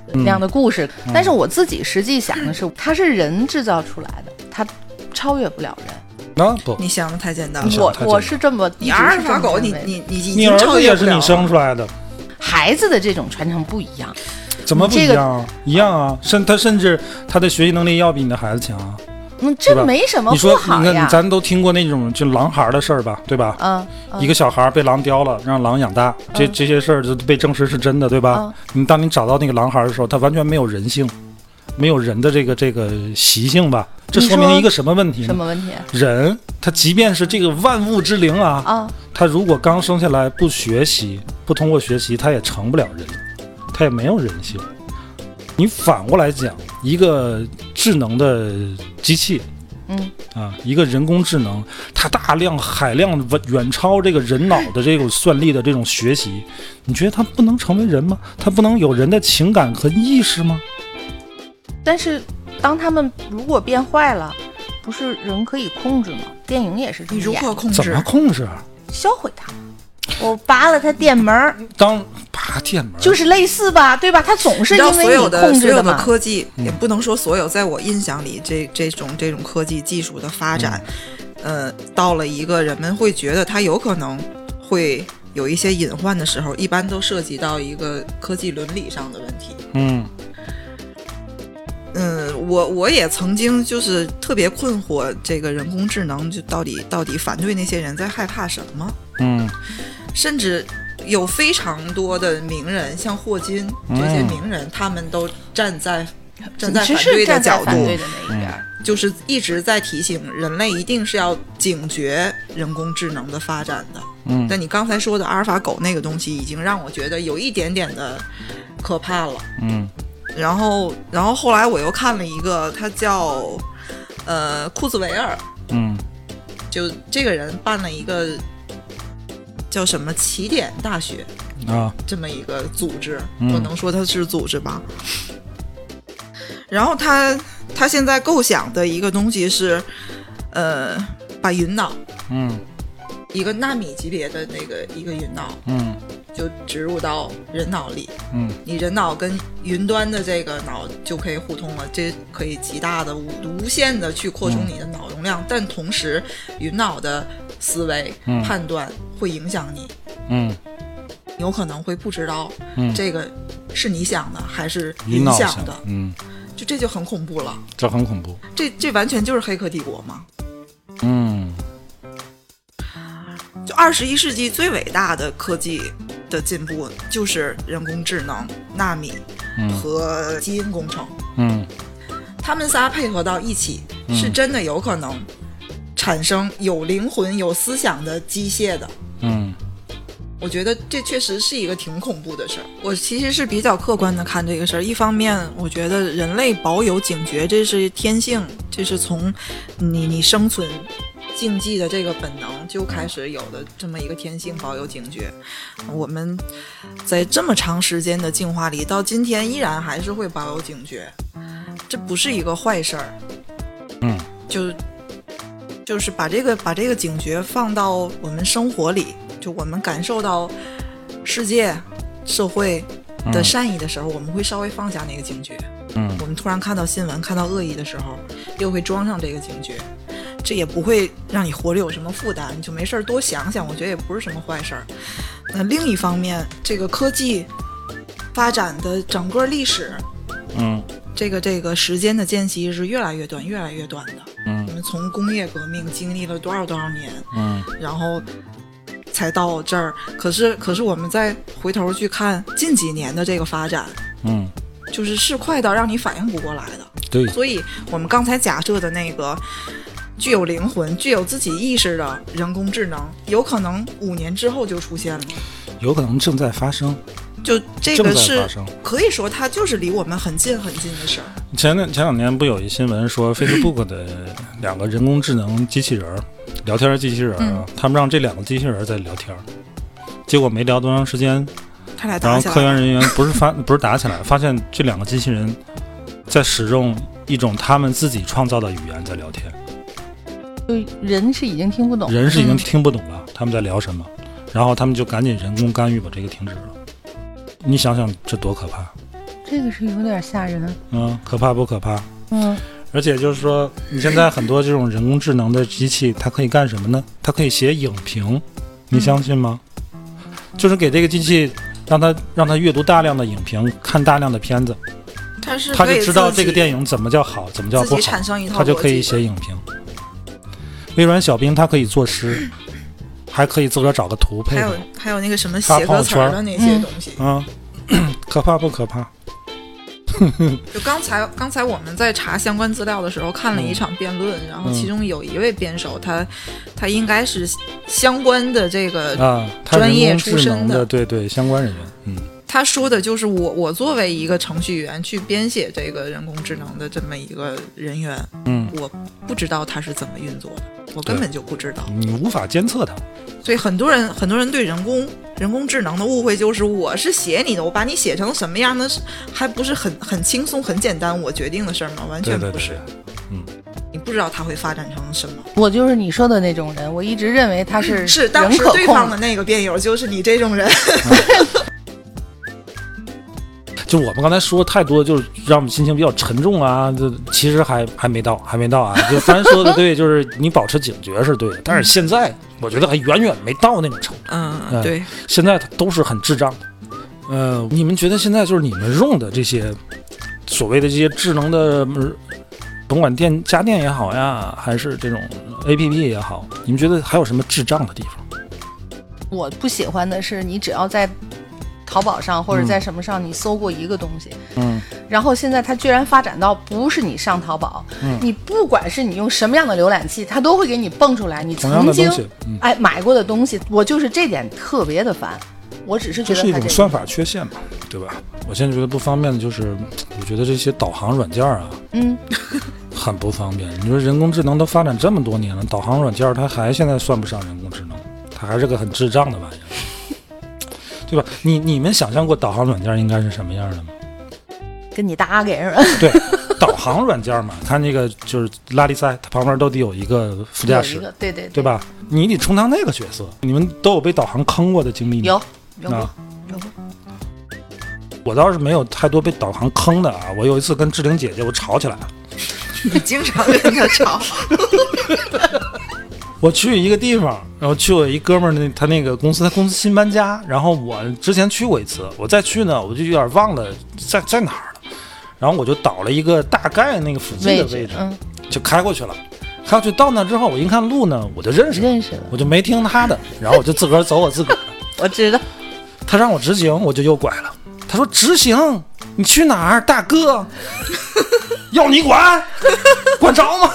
Speaker 3: 呃那
Speaker 1: 嗯
Speaker 3: 样的故事，但是我自己实际想的是，它是人制造出来的，它超越不了人。
Speaker 1: 那不，
Speaker 2: 你想的太简单了。
Speaker 1: 想
Speaker 3: 我
Speaker 1: 太简单
Speaker 3: 我是这么，
Speaker 2: 你
Speaker 3: 一直
Speaker 2: 阿尔
Speaker 3: 是这
Speaker 2: 法
Speaker 3: 么
Speaker 2: 狗，
Speaker 3: 认
Speaker 2: 你
Speaker 3: 为的
Speaker 2: 你你已
Speaker 1: 你
Speaker 2: 经
Speaker 1: 儿
Speaker 2: 超
Speaker 1: 子
Speaker 2: 越
Speaker 1: 也
Speaker 2: 不
Speaker 1: 是
Speaker 2: 了
Speaker 1: 你
Speaker 2: 了
Speaker 1: 生出来的，
Speaker 3: 孩子的这种传承不一样，
Speaker 1: 怎么不一
Speaker 3: 这个
Speaker 1: 样啊？一样啊，甚他甚至他的学习能力要比你的孩子强啊。
Speaker 3: 嗯，
Speaker 1: 对
Speaker 3: 这
Speaker 1: 吧
Speaker 3: 没什么
Speaker 1: 你说
Speaker 3: 不，好
Speaker 1: 你看
Speaker 3: 呀。
Speaker 1: 咱都听过那种就狼孩儿的事儿吧，对吧？
Speaker 3: 嗯，嗯
Speaker 1: 一个小孩儿被狼叼了，让狼养大，这
Speaker 3: 嗯
Speaker 1: 这些事儿就被证实是真的，对吧
Speaker 3: 嗯？
Speaker 1: 你当你找到那个狼孩儿的时候，他完全没有人性，没有人的这个这个习性吧？这
Speaker 3: 你
Speaker 1: 说明
Speaker 3: 说
Speaker 1: 一个什么问题呢？
Speaker 3: 什么问题
Speaker 1: 人，他即便是这个万物之灵啊，
Speaker 3: 啊？
Speaker 1: 他如果刚生下来不学习，不通过学习，他也成不了人，他也没有人性。你反过来讲，一个智能的机器
Speaker 3: 嗯，
Speaker 1: 啊，一个人工智能，它大量海量地远超这个人脑的这种算力的这种学习，你觉得它不能成为人吗？它不能有人的情感和意识吗？
Speaker 3: 但是当他们如果变坏了，不是人可以控制吗？电影也是这
Speaker 2: 你
Speaker 3: 么
Speaker 2: 如
Speaker 3: 演
Speaker 2: 何
Speaker 3: 的，
Speaker 2: 控
Speaker 1: 怎
Speaker 2: 制
Speaker 1: 么？控制？啊？
Speaker 3: 销毁它。我拔了他电门儿，
Speaker 1: 当拔电门，
Speaker 3: 就是类似吧，对吧？他总是
Speaker 2: 你知道
Speaker 3: 因
Speaker 2: 所
Speaker 3: 为
Speaker 2: 有
Speaker 3: 你
Speaker 2: 的
Speaker 3: 控
Speaker 2: 所
Speaker 3: 制
Speaker 2: 有的
Speaker 3: 嘛。
Speaker 2: 科技，也
Speaker 1: 嗯
Speaker 2: 不能说所有，在我印象里，这这种这种科技技术的发展，
Speaker 1: 嗯
Speaker 2: 呃，到了一个人们会觉得它有可能会有一些隐患的时候，一般都涉及到一个科技伦理上的问题。
Speaker 1: 嗯
Speaker 2: 嗯，我我也曾经就是特别困惑，这个人工智能就到底到底反对那些人在害怕什么？
Speaker 1: 嗯
Speaker 2: 甚至有非常多的名人，像霍金这些名人，他们都站在站在
Speaker 3: 只
Speaker 2: 反
Speaker 3: 是
Speaker 2: 对的
Speaker 3: 站在
Speaker 2: 角
Speaker 3: 反
Speaker 2: 度
Speaker 3: 对，的那一边儿，
Speaker 2: 就是一直在提醒人类一定是要警觉人工智能的发展的。
Speaker 1: 嗯
Speaker 2: 但你刚才说的阿尔法狗那个东西，已经让我觉得有一点点的可怕了。
Speaker 1: 嗯
Speaker 2: 然后，然后后来我又看了一个，他叫呃库兹韦尔，
Speaker 1: 嗯
Speaker 2: 就这个人办了一个叫什么起点大学，
Speaker 1: 啊
Speaker 2: 这么一个组织，
Speaker 1: 嗯
Speaker 2: 我能说它是组织吧？然后他他现在构想的一个东西是，呃，把云脑
Speaker 1: 嗯
Speaker 2: 一个纳米级别的那个一个云脑
Speaker 1: 嗯
Speaker 2: 就植入到人脑里，
Speaker 1: 嗯
Speaker 2: 你人脑跟云端的这个脑就可以互通了，这可以极大的无无限的去扩充
Speaker 1: 嗯
Speaker 2: 你的脑容量，但同时云脑的思维、
Speaker 1: 嗯
Speaker 2: 判断会影响你，
Speaker 1: 嗯
Speaker 2: 有可能会不知道
Speaker 1: 嗯
Speaker 2: 这个是你想的还是
Speaker 1: 你
Speaker 2: 云
Speaker 1: 脑
Speaker 2: 想
Speaker 1: 想
Speaker 2: 的，
Speaker 1: 嗯，
Speaker 2: 就这就很恐怖了。
Speaker 1: 这很恐怖。
Speaker 2: 这这完全就是黑客帝国嘛！
Speaker 1: 嗯
Speaker 2: 就二十一世纪最伟大的科技的进步就是人工智能、纳米
Speaker 1: 嗯
Speaker 2: 和基因工程，
Speaker 1: 嗯
Speaker 2: 他们仨配合到一起，
Speaker 1: 嗯
Speaker 2: 是真的有可能产生有灵魂、有思想的机械的。
Speaker 1: 嗯
Speaker 2: 我觉得这确实是一个挺恐怖的事儿。我其实是比较客观的看这个事儿。一方面，我觉得人类保有警觉，这是天性，这是从你你生存竞技的这个本能就开始有的这么一个天性，保有警觉。我们在这么长时间的进化里，到今天依然还是会保有警觉，这不是一个坏事儿。
Speaker 1: 嗯，
Speaker 2: 就就是把这个把这个警觉放到我们生活里，就我们感受到世界、社会的善意的时候，我们会稍微放下那个警觉。
Speaker 1: 嗯
Speaker 2: 我们突然看到新闻、看到恶意的时候，又会装上这个警觉，这也不会让你活着有什么负担，你就没事儿多想想，我觉得也不是什么坏事儿。那另一方面，这个科技发展的整个历史，
Speaker 1: 嗯
Speaker 2: 这个这个时间的间隙是越来越短、越来越短的。我
Speaker 1: 嗯
Speaker 2: 们从工业革命经历了多少多少年，
Speaker 1: 嗯
Speaker 2: 然后才到这儿。可是，可是我们再回头去看近几年的这个发展，
Speaker 1: 嗯，
Speaker 2: 就是是快到让你反应不过来的。
Speaker 1: 对，
Speaker 2: 所以，我们刚才假设的那个具有灵魂、具有自己意识的人工智能，有可能五年之后就出现了。
Speaker 1: 有可能正在发生。
Speaker 2: 就这
Speaker 1: 正
Speaker 2: 个
Speaker 1: 在
Speaker 2: 是
Speaker 1: 发生
Speaker 2: 可以说，它就是离我们很近很近的事儿。
Speaker 1: 前两前两年不有一新闻说 Facebook 的两个人工智能机器人儿，聊天机器人儿啊，他们让这两个机器人儿在聊天儿，结果没聊多长时间，
Speaker 2: 他俩
Speaker 1: 然
Speaker 2: 打
Speaker 1: 后
Speaker 2: 起来
Speaker 1: 科
Speaker 2: 了，
Speaker 1: 研人员不是发不是打起来，发现这两个机器人在使用一种他们自己创造的语言在聊天，
Speaker 3: 就人是已经听不懂，
Speaker 1: 人是已经
Speaker 2: 嗯
Speaker 1: 听不懂了他们在聊什么，然后他们就赶紧人工干预把这个停止了。你想想这多可怕，
Speaker 3: 这个是有点吓人。
Speaker 1: 嗯，可怕不可怕？
Speaker 3: 嗯，
Speaker 1: 而且就是说，你现在很多这种人工智能的机器，它可以干什么呢？它可以写影评，你相信吗？就是给这个机器，让它让它阅读大量的影评，看大量的片子，
Speaker 2: 他是
Speaker 1: 它
Speaker 2: 可
Speaker 1: 就
Speaker 2: 以
Speaker 1: 知道
Speaker 2: 自
Speaker 1: 这个
Speaker 2: 己
Speaker 1: 电影怎么叫好，怎么叫
Speaker 2: 自
Speaker 1: 不
Speaker 2: 己
Speaker 1: 好
Speaker 2: 产，生一套
Speaker 1: 它就
Speaker 2: 逻
Speaker 1: 可以
Speaker 2: 辑
Speaker 1: 写影评。微软小冰它可以作诗，还可以自个儿找个图配
Speaker 2: 还
Speaker 1: 合
Speaker 2: 有还有那个什么
Speaker 1: 发
Speaker 2: 写
Speaker 1: 朋友
Speaker 2: 歌词儿
Speaker 1: 圈
Speaker 2: 的
Speaker 1: 儿
Speaker 2: 那些东西。
Speaker 1: 啊， 可怕不可怕？
Speaker 2: 就刚才刚才我们在查相关资料的时候，看了
Speaker 1: 嗯
Speaker 2: 一场辩论，然后其中有一位辩手，他他应该是相关的这个，
Speaker 1: 啊，它
Speaker 2: 呃专
Speaker 1: 人
Speaker 2: 业
Speaker 1: 工
Speaker 2: 出
Speaker 1: 智
Speaker 2: 身
Speaker 1: 能
Speaker 2: 的
Speaker 1: 的，对对，相关人员，嗯
Speaker 2: 他说的就是我我作为一个程序员去编写这个人工智能的这么一个人员，
Speaker 1: 嗯，
Speaker 2: 我不知道他是怎么运作的，我根
Speaker 1: 对
Speaker 2: 本就不知道。
Speaker 1: 你无法监测它。
Speaker 2: 所以很多人很多人对人工人工智能的误会就是我是写你的，我把你写成什么样的，还不是很很轻松很简单我决定的事儿吗？完
Speaker 1: 对
Speaker 2: 全
Speaker 1: 对
Speaker 2: 不
Speaker 1: 对
Speaker 2: 是，
Speaker 1: 对，
Speaker 2: 你不知道它会发展成什么。
Speaker 3: 我就是你说的那种人，我一直认为他
Speaker 1: 嗯
Speaker 3: 是
Speaker 2: 是当
Speaker 3: 人
Speaker 2: 时
Speaker 3: 可
Speaker 2: 对
Speaker 3: 控
Speaker 2: 方的那个辩友就是你这种人，
Speaker 1: 就我们刚才说太多，就是让我们心情比较沉重啊。这其实还还没到，还没到啊。就咱说的对，就是你保持警觉是对的，但是现在我觉得还远远没到那种程度。
Speaker 2: 嗯
Speaker 1: 嗯
Speaker 2: 对，
Speaker 1: 现在它都是很智障的。呃，你们觉得现在就是你们用的这些所谓的这些智能的，呃甭管电家电也好呀，还是这种 A P P 也好，你们觉得还有什么智障的地方？
Speaker 3: 我不喜欢的是，你只要在淘宝上或者在什么上你搜过一个东西，
Speaker 1: 嗯
Speaker 3: 然后现在它居然发展到不是你上淘宝，
Speaker 1: 嗯
Speaker 3: 你不管是你用什么样的浏览器，它都会给你蹦出来你
Speaker 1: 同样
Speaker 3: 曾
Speaker 1: 的
Speaker 3: 经
Speaker 1: 东西，嗯，
Speaker 3: 哎买过的东西。我就是这点特别的烦，我只是觉
Speaker 1: 这
Speaker 3: 得
Speaker 1: 是一
Speaker 3: 它
Speaker 1: 种
Speaker 3: 这
Speaker 1: 算
Speaker 3: 个，
Speaker 1: 法缺陷嘛，对吧？我现在觉得不方便的就是，我觉得这些导航软件儿啊
Speaker 3: 嗯，
Speaker 1: 很不方便。你说人工智能都发展这么多年了，导航软件儿它还现在算不上人工智能，它还是个很智障的玩意儿， 对吧？你你们想象过导航软件儿应该是什么样的吗？
Speaker 3: 跟你搭给人
Speaker 1: 对，导航软件儿嘛，它那个就是拉力赛，它旁边都得有一个副驾
Speaker 3: 有一
Speaker 1: 驶，
Speaker 3: 个，对对
Speaker 1: 对？吧？你得充当那个角色。你们都有被导航坑过的经历吗？
Speaker 3: 有有过
Speaker 1: 啊
Speaker 3: 有过，
Speaker 1: 我倒是没有太多被导航坑的啊。我有一次跟志玲姐姐我吵起来了，
Speaker 2: 你经常跟他吵，
Speaker 1: 我去一个地方，然后去我一哥们儿那他那个公司，他公司新搬家，然后我之前去过一次，我再去呢我就有点忘了在在哪儿了，然后我就导了一个大概那个附近的
Speaker 3: 位
Speaker 1: 位置，
Speaker 3: 置嗯，
Speaker 1: 就开过去了。开过去到那之后，我一看路呢，我就认识了，
Speaker 3: 认识了，
Speaker 1: 我就没听他的，然后我就自个儿走我自个儿的。
Speaker 3: 我知道，
Speaker 5: 他让我直行，我就右拐了。他说直行，你去哪儿，大哥？ 要你管， 管着吗？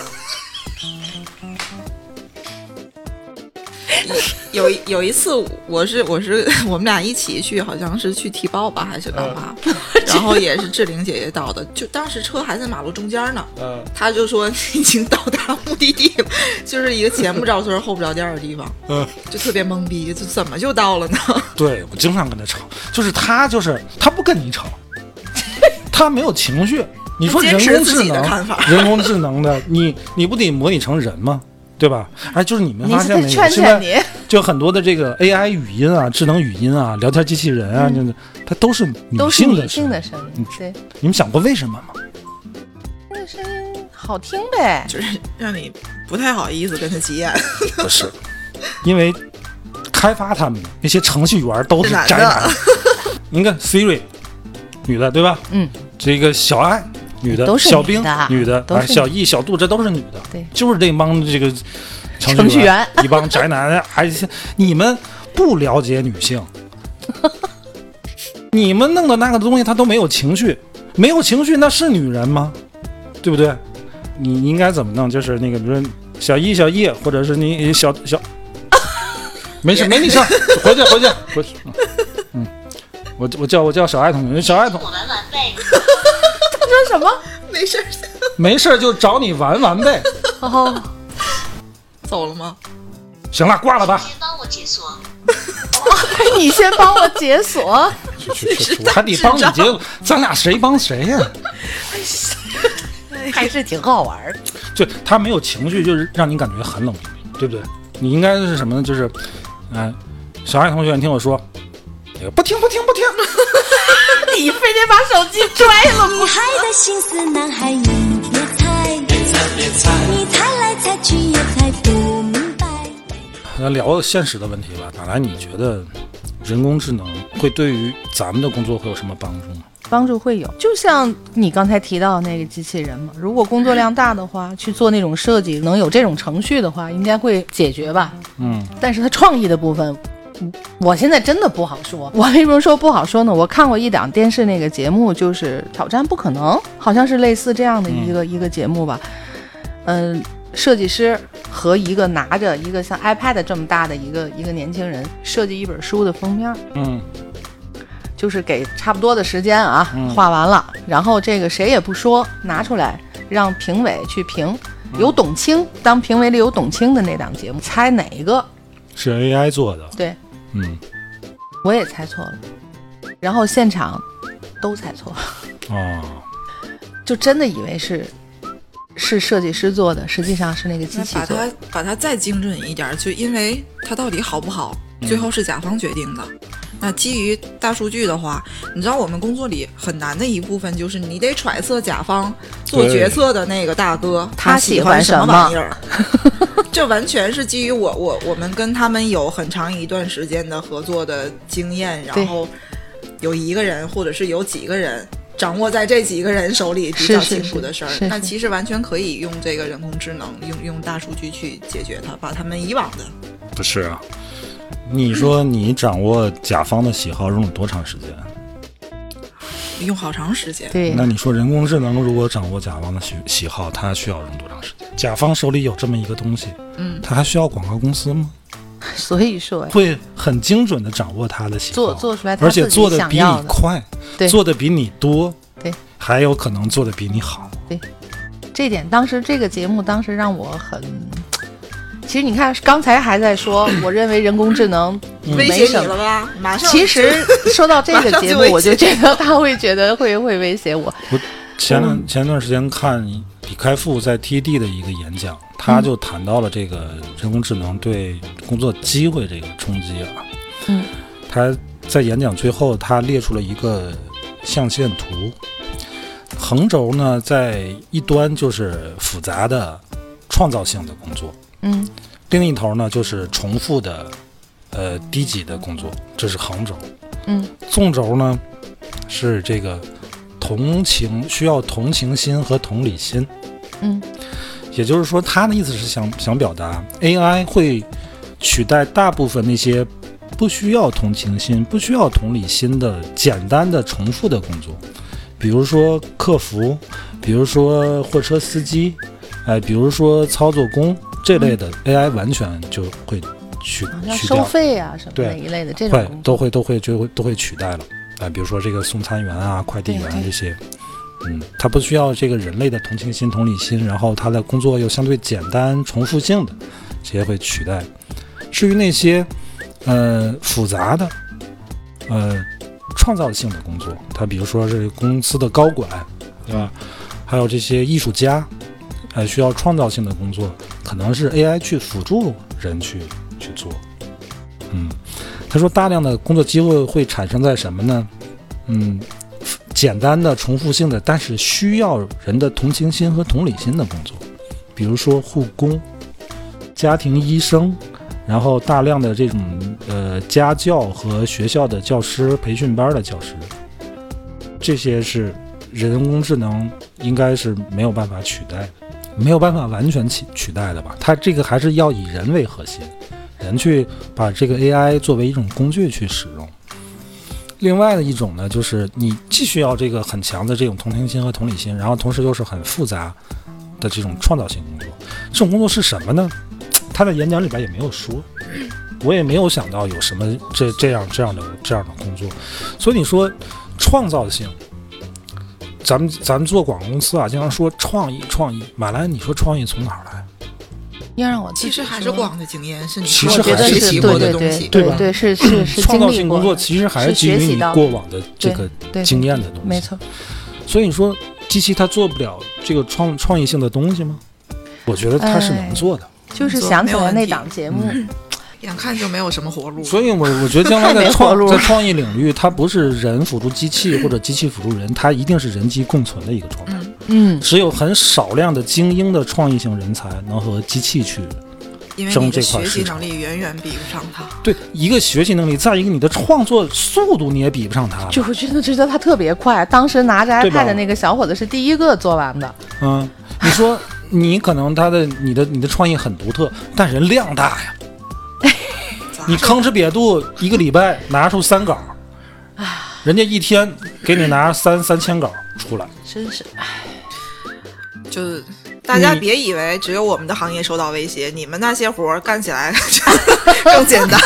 Speaker 2: 有一有一次，我是我是 我们俩一起去，好像是去提包吧，还是干嘛？
Speaker 1: 嗯
Speaker 2: 然后也是志玲姐姐到的，就当时车还在马路中间呢。
Speaker 5: 嗯
Speaker 2: 她就说 已经到达目的地了， 就是一个前不着村儿后不着店儿的地方，
Speaker 5: 嗯，
Speaker 2: 就特别懵逼，就怎么就到了呢？
Speaker 5: 对我经常跟他吵，就是他就是他不跟你吵，他没有情绪。你说人
Speaker 2: 坚持
Speaker 5: 工
Speaker 2: 自
Speaker 5: 智
Speaker 2: 己的看
Speaker 5: 能
Speaker 2: 法，
Speaker 5: 人工智能的你你不得模拟成人吗？对吧？哎，就是你们
Speaker 3: 你
Speaker 5: 发现没有？
Speaker 3: 劝
Speaker 5: 现
Speaker 3: 劝
Speaker 5: 在
Speaker 3: 你，
Speaker 5: 就很多的这个 AI 语音啊、智能语音啊、聊天机器人啊，就是它都是
Speaker 3: 都是
Speaker 5: 女性的
Speaker 3: 女
Speaker 5: 声
Speaker 3: 性
Speaker 5: 音。
Speaker 3: 的声音，
Speaker 1: 嗯
Speaker 3: 对，
Speaker 5: 你们想过为什么吗？
Speaker 3: 那声音好听 呗。
Speaker 2: 就是让你不太好意思跟她急眼，
Speaker 5: 不是，因为开发他们的那些程序员都是
Speaker 2: 是男
Speaker 5: 宅
Speaker 2: 的
Speaker 5: 男。你看 Siri，女的对吧？
Speaker 3: 嗯，
Speaker 5: 这个小爱，女的，
Speaker 3: 都是
Speaker 5: 小
Speaker 3: 女
Speaker 5: 冰
Speaker 3: 的，
Speaker 5: 女的，
Speaker 3: 都
Speaker 5: 哎
Speaker 3: 是
Speaker 5: 小
Speaker 3: 女
Speaker 5: 易、小杜，这都是女的，
Speaker 3: 对
Speaker 5: 就是这帮这个程
Speaker 3: 程序
Speaker 5: 员
Speaker 3: 员，
Speaker 5: 一帮宅男，还你们不了解女 性，你们弄的那个东西，他都没有情绪，没有情绪，那是女人吗？对不对？你你应该怎么弄？就是那个，比如说小易、小易，或者是你小 小，没事，没你事儿，回去，回去，回去。嗯，我我叫我叫小爱同学，小爱 同
Speaker 4: 我们晚辈。
Speaker 3: 说什么？
Speaker 2: 没事儿，
Speaker 5: 没事儿就找你玩玩呗。
Speaker 3: 哦，
Speaker 2: 走了吗？
Speaker 5: 行了，挂 了吧。
Speaker 4: 先帮我解锁。
Speaker 3: 你先帮我解锁。
Speaker 5: 去去去，我还得帮你结，咱俩谁帮谁呀、
Speaker 3: 还是挺好玩儿。
Speaker 5: 就他没有情绪，就是让你感觉很冷冰冰，对不对？你应该是什么呢？就是，嗯、
Speaker 1: 呃
Speaker 5: 小爱同学，你听我说，也不听不听不听，
Speaker 3: 你非得把手机拽了
Speaker 6: 女孩的心思，男孩你别猜，别猜别猜，你猜来猜去也猜不明白。
Speaker 1: 咱聊现实的问题吧。哪来你觉得人工智能会对于咱们的工作会有什么帮助吗？
Speaker 3: 帮助会有。就像你刚才提到那个机器人嘛，如果工作量大的话，去做那种设计，能有这种程序的话，应该会解决吧。
Speaker 5: 嗯，
Speaker 3: 但是它创意的部分。我现在真的不好说，我为什么说不好说呢？我看过一档电视那个节目，就是《挑战不可能》，好像是类似这样的一个、一个节目吧。嗯、设计师和一个拿着一个像 iPad 这么大的一个一个年轻人设计一本书的封面儿，
Speaker 5: 嗯
Speaker 3: 就是给差不多的时间啊，画完了，然后这个谁也不说，拿出来让评委去评。有董卿当评委里有董卿的那档节目，猜哪一个？
Speaker 1: 是 AI 做的，
Speaker 3: 对
Speaker 1: 嗯，
Speaker 3: 我也猜错了，然后现场都猜错了，
Speaker 1: 哦，
Speaker 3: 就真的以为是是设计师做的，实际上是那个机
Speaker 2: 那
Speaker 3: 器
Speaker 2: 把
Speaker 3: 做的。
Speaker 2: 它把它再精准一点儿，就因为它到底好不好，最后是甲方决定的。那基于大数据的话，你知道我们工作里很难的一部分就是你得揣测甲方做
Speaker 1: 对
Speaker 2: 决策的那个大哥
Speaker 3: 他
Speaker 2: 喜
Speaker 3: 喜欢
Speaker 2: 什
Speaker 3: 什么
Speaker 2: 玩意儿， 这完全是基于我我我们跟他们有很长一段时间的合作的经验，
Speaker 3: 对
Speaker 2: 然后有一个人或者是有几个人。掌握在这几个人手里比
Speaker 3: 是
Speaker 2: 较
Speaker 3: 是
Speaker 2: 清楚
Speaker 3: 是
Speaker 2: 的事儿
Speaker 3: 是，是
Speaker 2: 那其实完全可以用这个人工智能，用用大数据去解决它，把他们以往的
Speaker 1: 不是啊。你说你掌握甲方的喜好用了多长时间？
Speaker 2: 用好长时间。
Speaker 3: 对
Speaker 1: 那，你说人工智能如果掌握甲方的喜喜好，它需要用多长时间？甲方手里有这么一个东西，
Speaker 2: 嗯，
Speaker 1: 它还需要广告公司吗？
Speaker 3: 所以说呀
Speaker 1: 会很精准的掌握他的喜好，
Speaker 3: 做做出来他
Speaker 1: 而且
Speaker 3: 自己
Speaker 1: 做的
Speaker 3: 想
Speaker 1: 比
Speaker 3: 要
Speaker 1: 你
Speaker 3: 的
Speaker 1: 快，
Speaker 3: 对
Speaker 1: 做的比你多，
Speaker 3: 对，
Speaker 1: 还有可能做的比你好。
Speaker 3: 这点当时这个节目当时让我很。其实你看，刚才还在说，我认为人工智能
Speaker 2: 威
Speaker 3: 没
Speaker 2: 胁
Speaker 3: 什
Speaker 2: 你
Speaker 3: 么
Speaker 2: 了。吧？马上
Speaker 3: 其实 说到这
Speaker 2: 马
Speaker 3: 个
Speaker 2: 上就
Speaker 3: 节目
Speaker 2: 威，胁
Speaker 3: 我就觉得他会觉得会会威胁我。
Speaker 1: 前段前段时间看李开复在 TED 的一个演讲，他就谈到了这个人工智能对工作机会这个冲击啊。
Speaker 3: 嗯，
Speaker 1: 他在演讲最后，他列出了一个象限图，横轴呢在一端就是复杂的创造性的工作，
Speaker 3: 嗯，
Speaker 1: 另一头呢就是重复的，呃低级的工作，这是横轴。
Speaker 3: 嗯，
Speaker 1: 纵轴呢是这个同情，需要同情心和同理心。
Speaker 3: 嗯，
Speaker 1: 也就是说，他的意思是想想表达，AI 会取代大部分那些不需要同情心、不需要同理心的简单的重复的工作，比如说客服，比如说货车司机，哎，比如说操作工这类的 AI 完全就会取
Speaker 2: 嗯
Speaker 3: 要
Speaker 1: 取
Speaker 3: 收
Speaker 1: 掉。
Speaker 3: 费嗯啊什么
Speaker 1: 对
Speaker 3: 的一类的这种
Speaker 1: 会
Speaker 3: 工作，
Speaker 1: 都会都会就会都会取代了，啊、比如说这个送餐员啊、快递员啊
Speaker 3: 对对
Speaker 1: 这些，嗯，他不需要这个人类的同情心、同理心，然后他的工作又相对简单、重复性的，这些会取代。至于那些呃复杂的、呃创造性的工作，他比如说是公司的高管，对吧？还有这些艺术家，呃，需要创造性的工作，可能是 AI 去辅助人去去做。嗯，他说大量的工作机会会产生在什么呢？嗯，简单的、重复性的，但是需要人的同情心和同理心的工作，比如说护工、家庭医生，然后大量的这种呃家教和学校的教师培训班的教师，这些是人工智能应该是没有办法取代的，没有办法完全取取代的吧？它这个还是要以人为核心。人去把这个 AI 作为一种工具去使用。另外的一种呢，就是你既需要这个很强的这种同情心和同理心，然后同时又是很复杂的这种创造性工作。这种工作是什么呢？他在演讲里边也没有说，我也没有想到有什么这这样这样的这样的工作。所以你说创造性，咱们咱们做广告公司啊，经常说创意创意。马兰，你说创意从哪儿来？
Speaker 3: 要让我自
Speaker 2: 其
Speaker 3: 己
Speaker 2: 实还是
Speaker 3: 说
Speaker 2: 广的经验，是你
Speaker 1: 其
Speaker 2: 过
Speaker 1: 实
Speaker 3: 我觉
Speaker 1: 还
Speaker 3: 得
Speaker 1: 是
Speaker 2: 学
Speaker 3: 是
Speaker 2: 习
Speaker 1: 习
Speaker 2: 过
Speaker 3: 对
Speaker 2: 的
Speaker 3: 对
Speaker 2: 东西
Speaker 3: 对，
Speaker 1: 对吧
Speaker 3: 对是是是
Speaker 1: 创
Speaker 3: 经
Speaker 1: 造
Speaker 3: 历
Speaker 1: 性
Speaker 3: 过
Speaker 1: 工作
Speaker 3: 的
Speaker 1: 其实还
Speaker 3: 是
Speaker 1: 基于
Speaker 3: 学习
Speaker 1: 你
Speaker 3: 到
Speaker 1: 过往的这
Speaker 3: 对
Speaker 1: 个
Speaker 3: 对
Speaker 1: 经验的东西。
Speaker 3: 没错，
Speaker 1: 所以你说机器它做不了这个创创意性的东西吗？我觉得它是
Speaker 3: 哎
Speaker 1: 能做的。
Speaker 3: 就是
Speaker 2: 没
Speaker 3: 想起
Speaker 2: 有
Speaker 3: 来
Speaker 2: 问
Speaker 3: 那
Speaker 2: 题
Speaker 3: 档 节目，
Speaker 2: 眼看就没有什么活路。
Speaker 1: 所以我我觉得 将来
Speaker 3: 太
Speaker 1: 在
Speaker 3: 没活
Speaker 1: 创
Speaker 3: 路
Speaker 1: 在
Speaker 3: 了
Speaker 1: 创意领域，它不是人辅助机器或者机器辅助人，它一定是人机共存的一个状态。
Speaker 3: 嗯，
Speaker 1: 只有很少量的精英的创意性人才能和机器去
Speaker 2: 因为
Speaker 1: 争
Speaker 2: 你的
Speaker 1: 这块
Speaker 2: 学习
Speaker 1: 市场
Speaker 2: 能力远远比不上他。
Speaker 1: 对一个学习能力，再一个你的创作速度你也比不上它。
Speaker 3: 就我真的觉得他特别快。当时拿着
Speaker 1: 对吧
Speaker 3: iPad 的那个小伙子是第一个做完的，
Speaker 1: 嗯，你说你可能他的你的你的创意很独特，但人量大 呀，
Speaker 2: 咋
Speaker 1: 你吭哧瘪肚一个礼拜拿出三稿，人家一天给你拿三三千稿出来，
Speaker 3: 真是
Speaker 2: 就是大家
Speaker 1: 你
Speaker 2: 别以为只有我们的行业受到威胁，你们那些活儿干起来 更简单。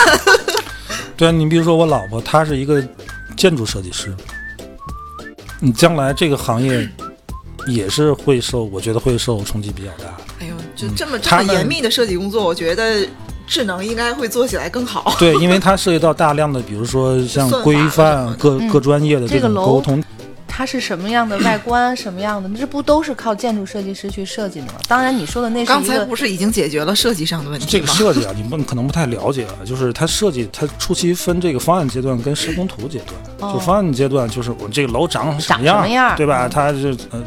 Speaker 1: 对啊，你比如说我老婆，她是一个建筑设计师，你将来这个行业也是会受，我觉得会受冲击比较大的。
Speaker 2: 哎呦，就这么这
Speaker 1: 他
Speaker 2: 么
Speaker 1: 们
Speaker 2: 严密的设计工作，我觉得智能应该会做起来更好。
Speaker 1: 对，因为它涉及到大量的，比如说像
Speaker 2: 算法
Speaker 1: 规
Speaker 2: 什么
Speaker 1: 范
Speaker 2: 的
Speaker 1: 各
Speaker 3: 嗯
Speaker 1: 各专业的
Speaker 3: 这个
Speaker 1: 种
Speaker 3: 楼
Speaker 1: 沟通，
Speaker 3: 它是什么样的外观， 什么样的，这不都是靠建筑设计师去设计的吗？当然，你说的那 是
Speaker 2: 刚
Speaker 3: 一
Speaker 2: 才
Speaker 3: 个
Speaker 2: 不是已经解决了设计上的问题
Speaker 1: 这个
Speaker 2: 吗？
Speaker 1: 设计啊，你不你可能不太了解啊，就是它设计，它初期分这个方案阶段跟施工图阶段。
Speaker 3: 哦
Speaker 1: 就方案阶段，就是我这个楼长什么
Speaker 3: 长什么样儿
Speaker 1: 对吧？
Speaker 3: 嗯
Speaker 1: 它是呃，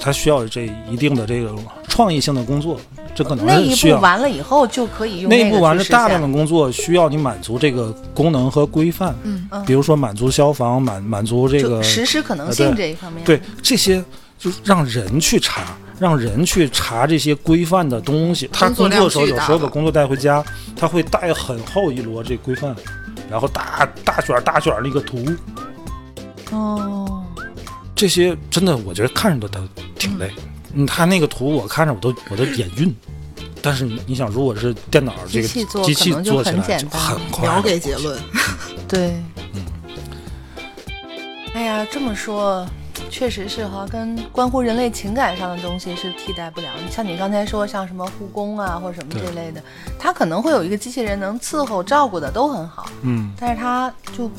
Speaker 1: 它需要这一定的这个创意性的工作，这可
Speaker 3: 那
Speaker 1: 能是
Speaker 3: 一
Speaker 1: 需
Speaker 3: 步
Speaker 1: 要。
Speaker 3: 完了以后就可以用
Speaker 1: 内部完
Speaker 3: 了
Speaker 1: 了大量的工作需要你满足这个功能和规范，
Speaker 2: 嗯
Speaker 3: 嗯
Speaker 1: 比如说满足消防，满满足这
Speaker 3: 就
Speaker 1: 个
Speaker 3: 实施可能
Speaker 1: 呃
Speaker 3: 性
Speaker 1: 对
Speaker 3: 这一方面，
Speaker 1: 对，这些，就是让人去查，让人去查这些规范的东西。他
Speaker 2: 工作
Speaker 1: 工作
Speaker 2: 量
Speaker 1: 的时候，
Speaker 2: 巨
Speaker 1: 有
Speaker 2: 大
Speaker 1: 时候
Speaker 2: 了
Speaker 1: 把工作带回家，他会带很厚一摞这规范，然后大大卷儿大卷儿那个图，
Speaker 3: 哦，
Speaker 1: 这些真的我觉得看着都挺累。嗯，他那个图我看着我都我都眼晕。但是你你想，如果是电脑这
Speaker 3: 机
Speaker 1: 个
Speaker 3: 器做
Speaker 1: 机
Speaker 3: 可
Speaker 1: 器
Speaker 3: 能就
Speaker 1: 做起
Speaker 3: 很
Speaker 1: 来
Speaker 3: 简
Speaker 1: 就
Speaker 3: 单
Speaker 1: 很快
Speaker 2: 秒
Speaker 1: 了，
Speaker 2: 给结论，
Speaker 3: 对，
Speaker 1: 嗯
Speaker 3: 哎呀，这么说，确实是哈，跟关乎人类情感上的东西是替代不了。像你刚才说，像什么护工啊，或者什么
Speaker 1: 对
Speaker 3: 这类的，它可能会有一个机器人能伺候照顾的都很好，
Speaker 1: 嗯，
Speaker 3: 但是它就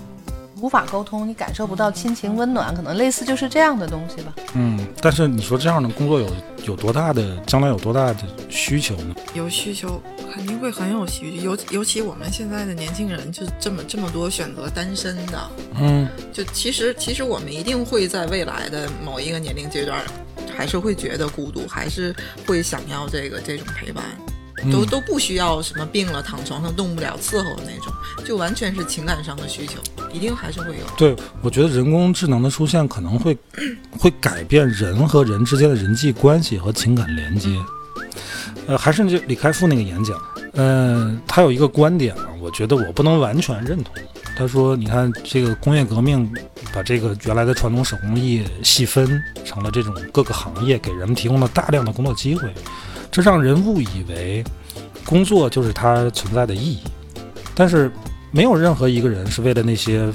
Speaker 3: 无法沟通，你感受不到亲情温暖，可能类似就是这样的东西吧。
Speaker 1: 嗯，但是你说这样的工作有有多大的将来有多大的需求呢？
Speaker 2: 有需求肯定会很有需求，尤尤其我们现在的年轻人，就这么这么多选择单身的，
Speaker 1: 嗯，
Speaker 2: 就其实其实我们一定会在未来的某一个年龄阶段，还是会觉得孤独，还是会想要这个这种陪伴，
Speaker 1: 嗯
Speaker 2: 都、都不需要什么病了躺床上动不了伺候的那种，就完全是情感上的需求，一定还是会有。
Speaker 1: 对，我觉得人工智能的出现可能会会改变人和人之间的人际关系和情感连接。呃，还是那就李开复那个演讲，呃，他有一个观点啊，我觉得我不能完全认同。他说：“你看，这个工业革命把这个原来的传统手工艺细分成了这种各个行业，给人们提供了大量的工作机会，这让人误以为工作就是它存在的意义。但是，没有任何一个人是为了那些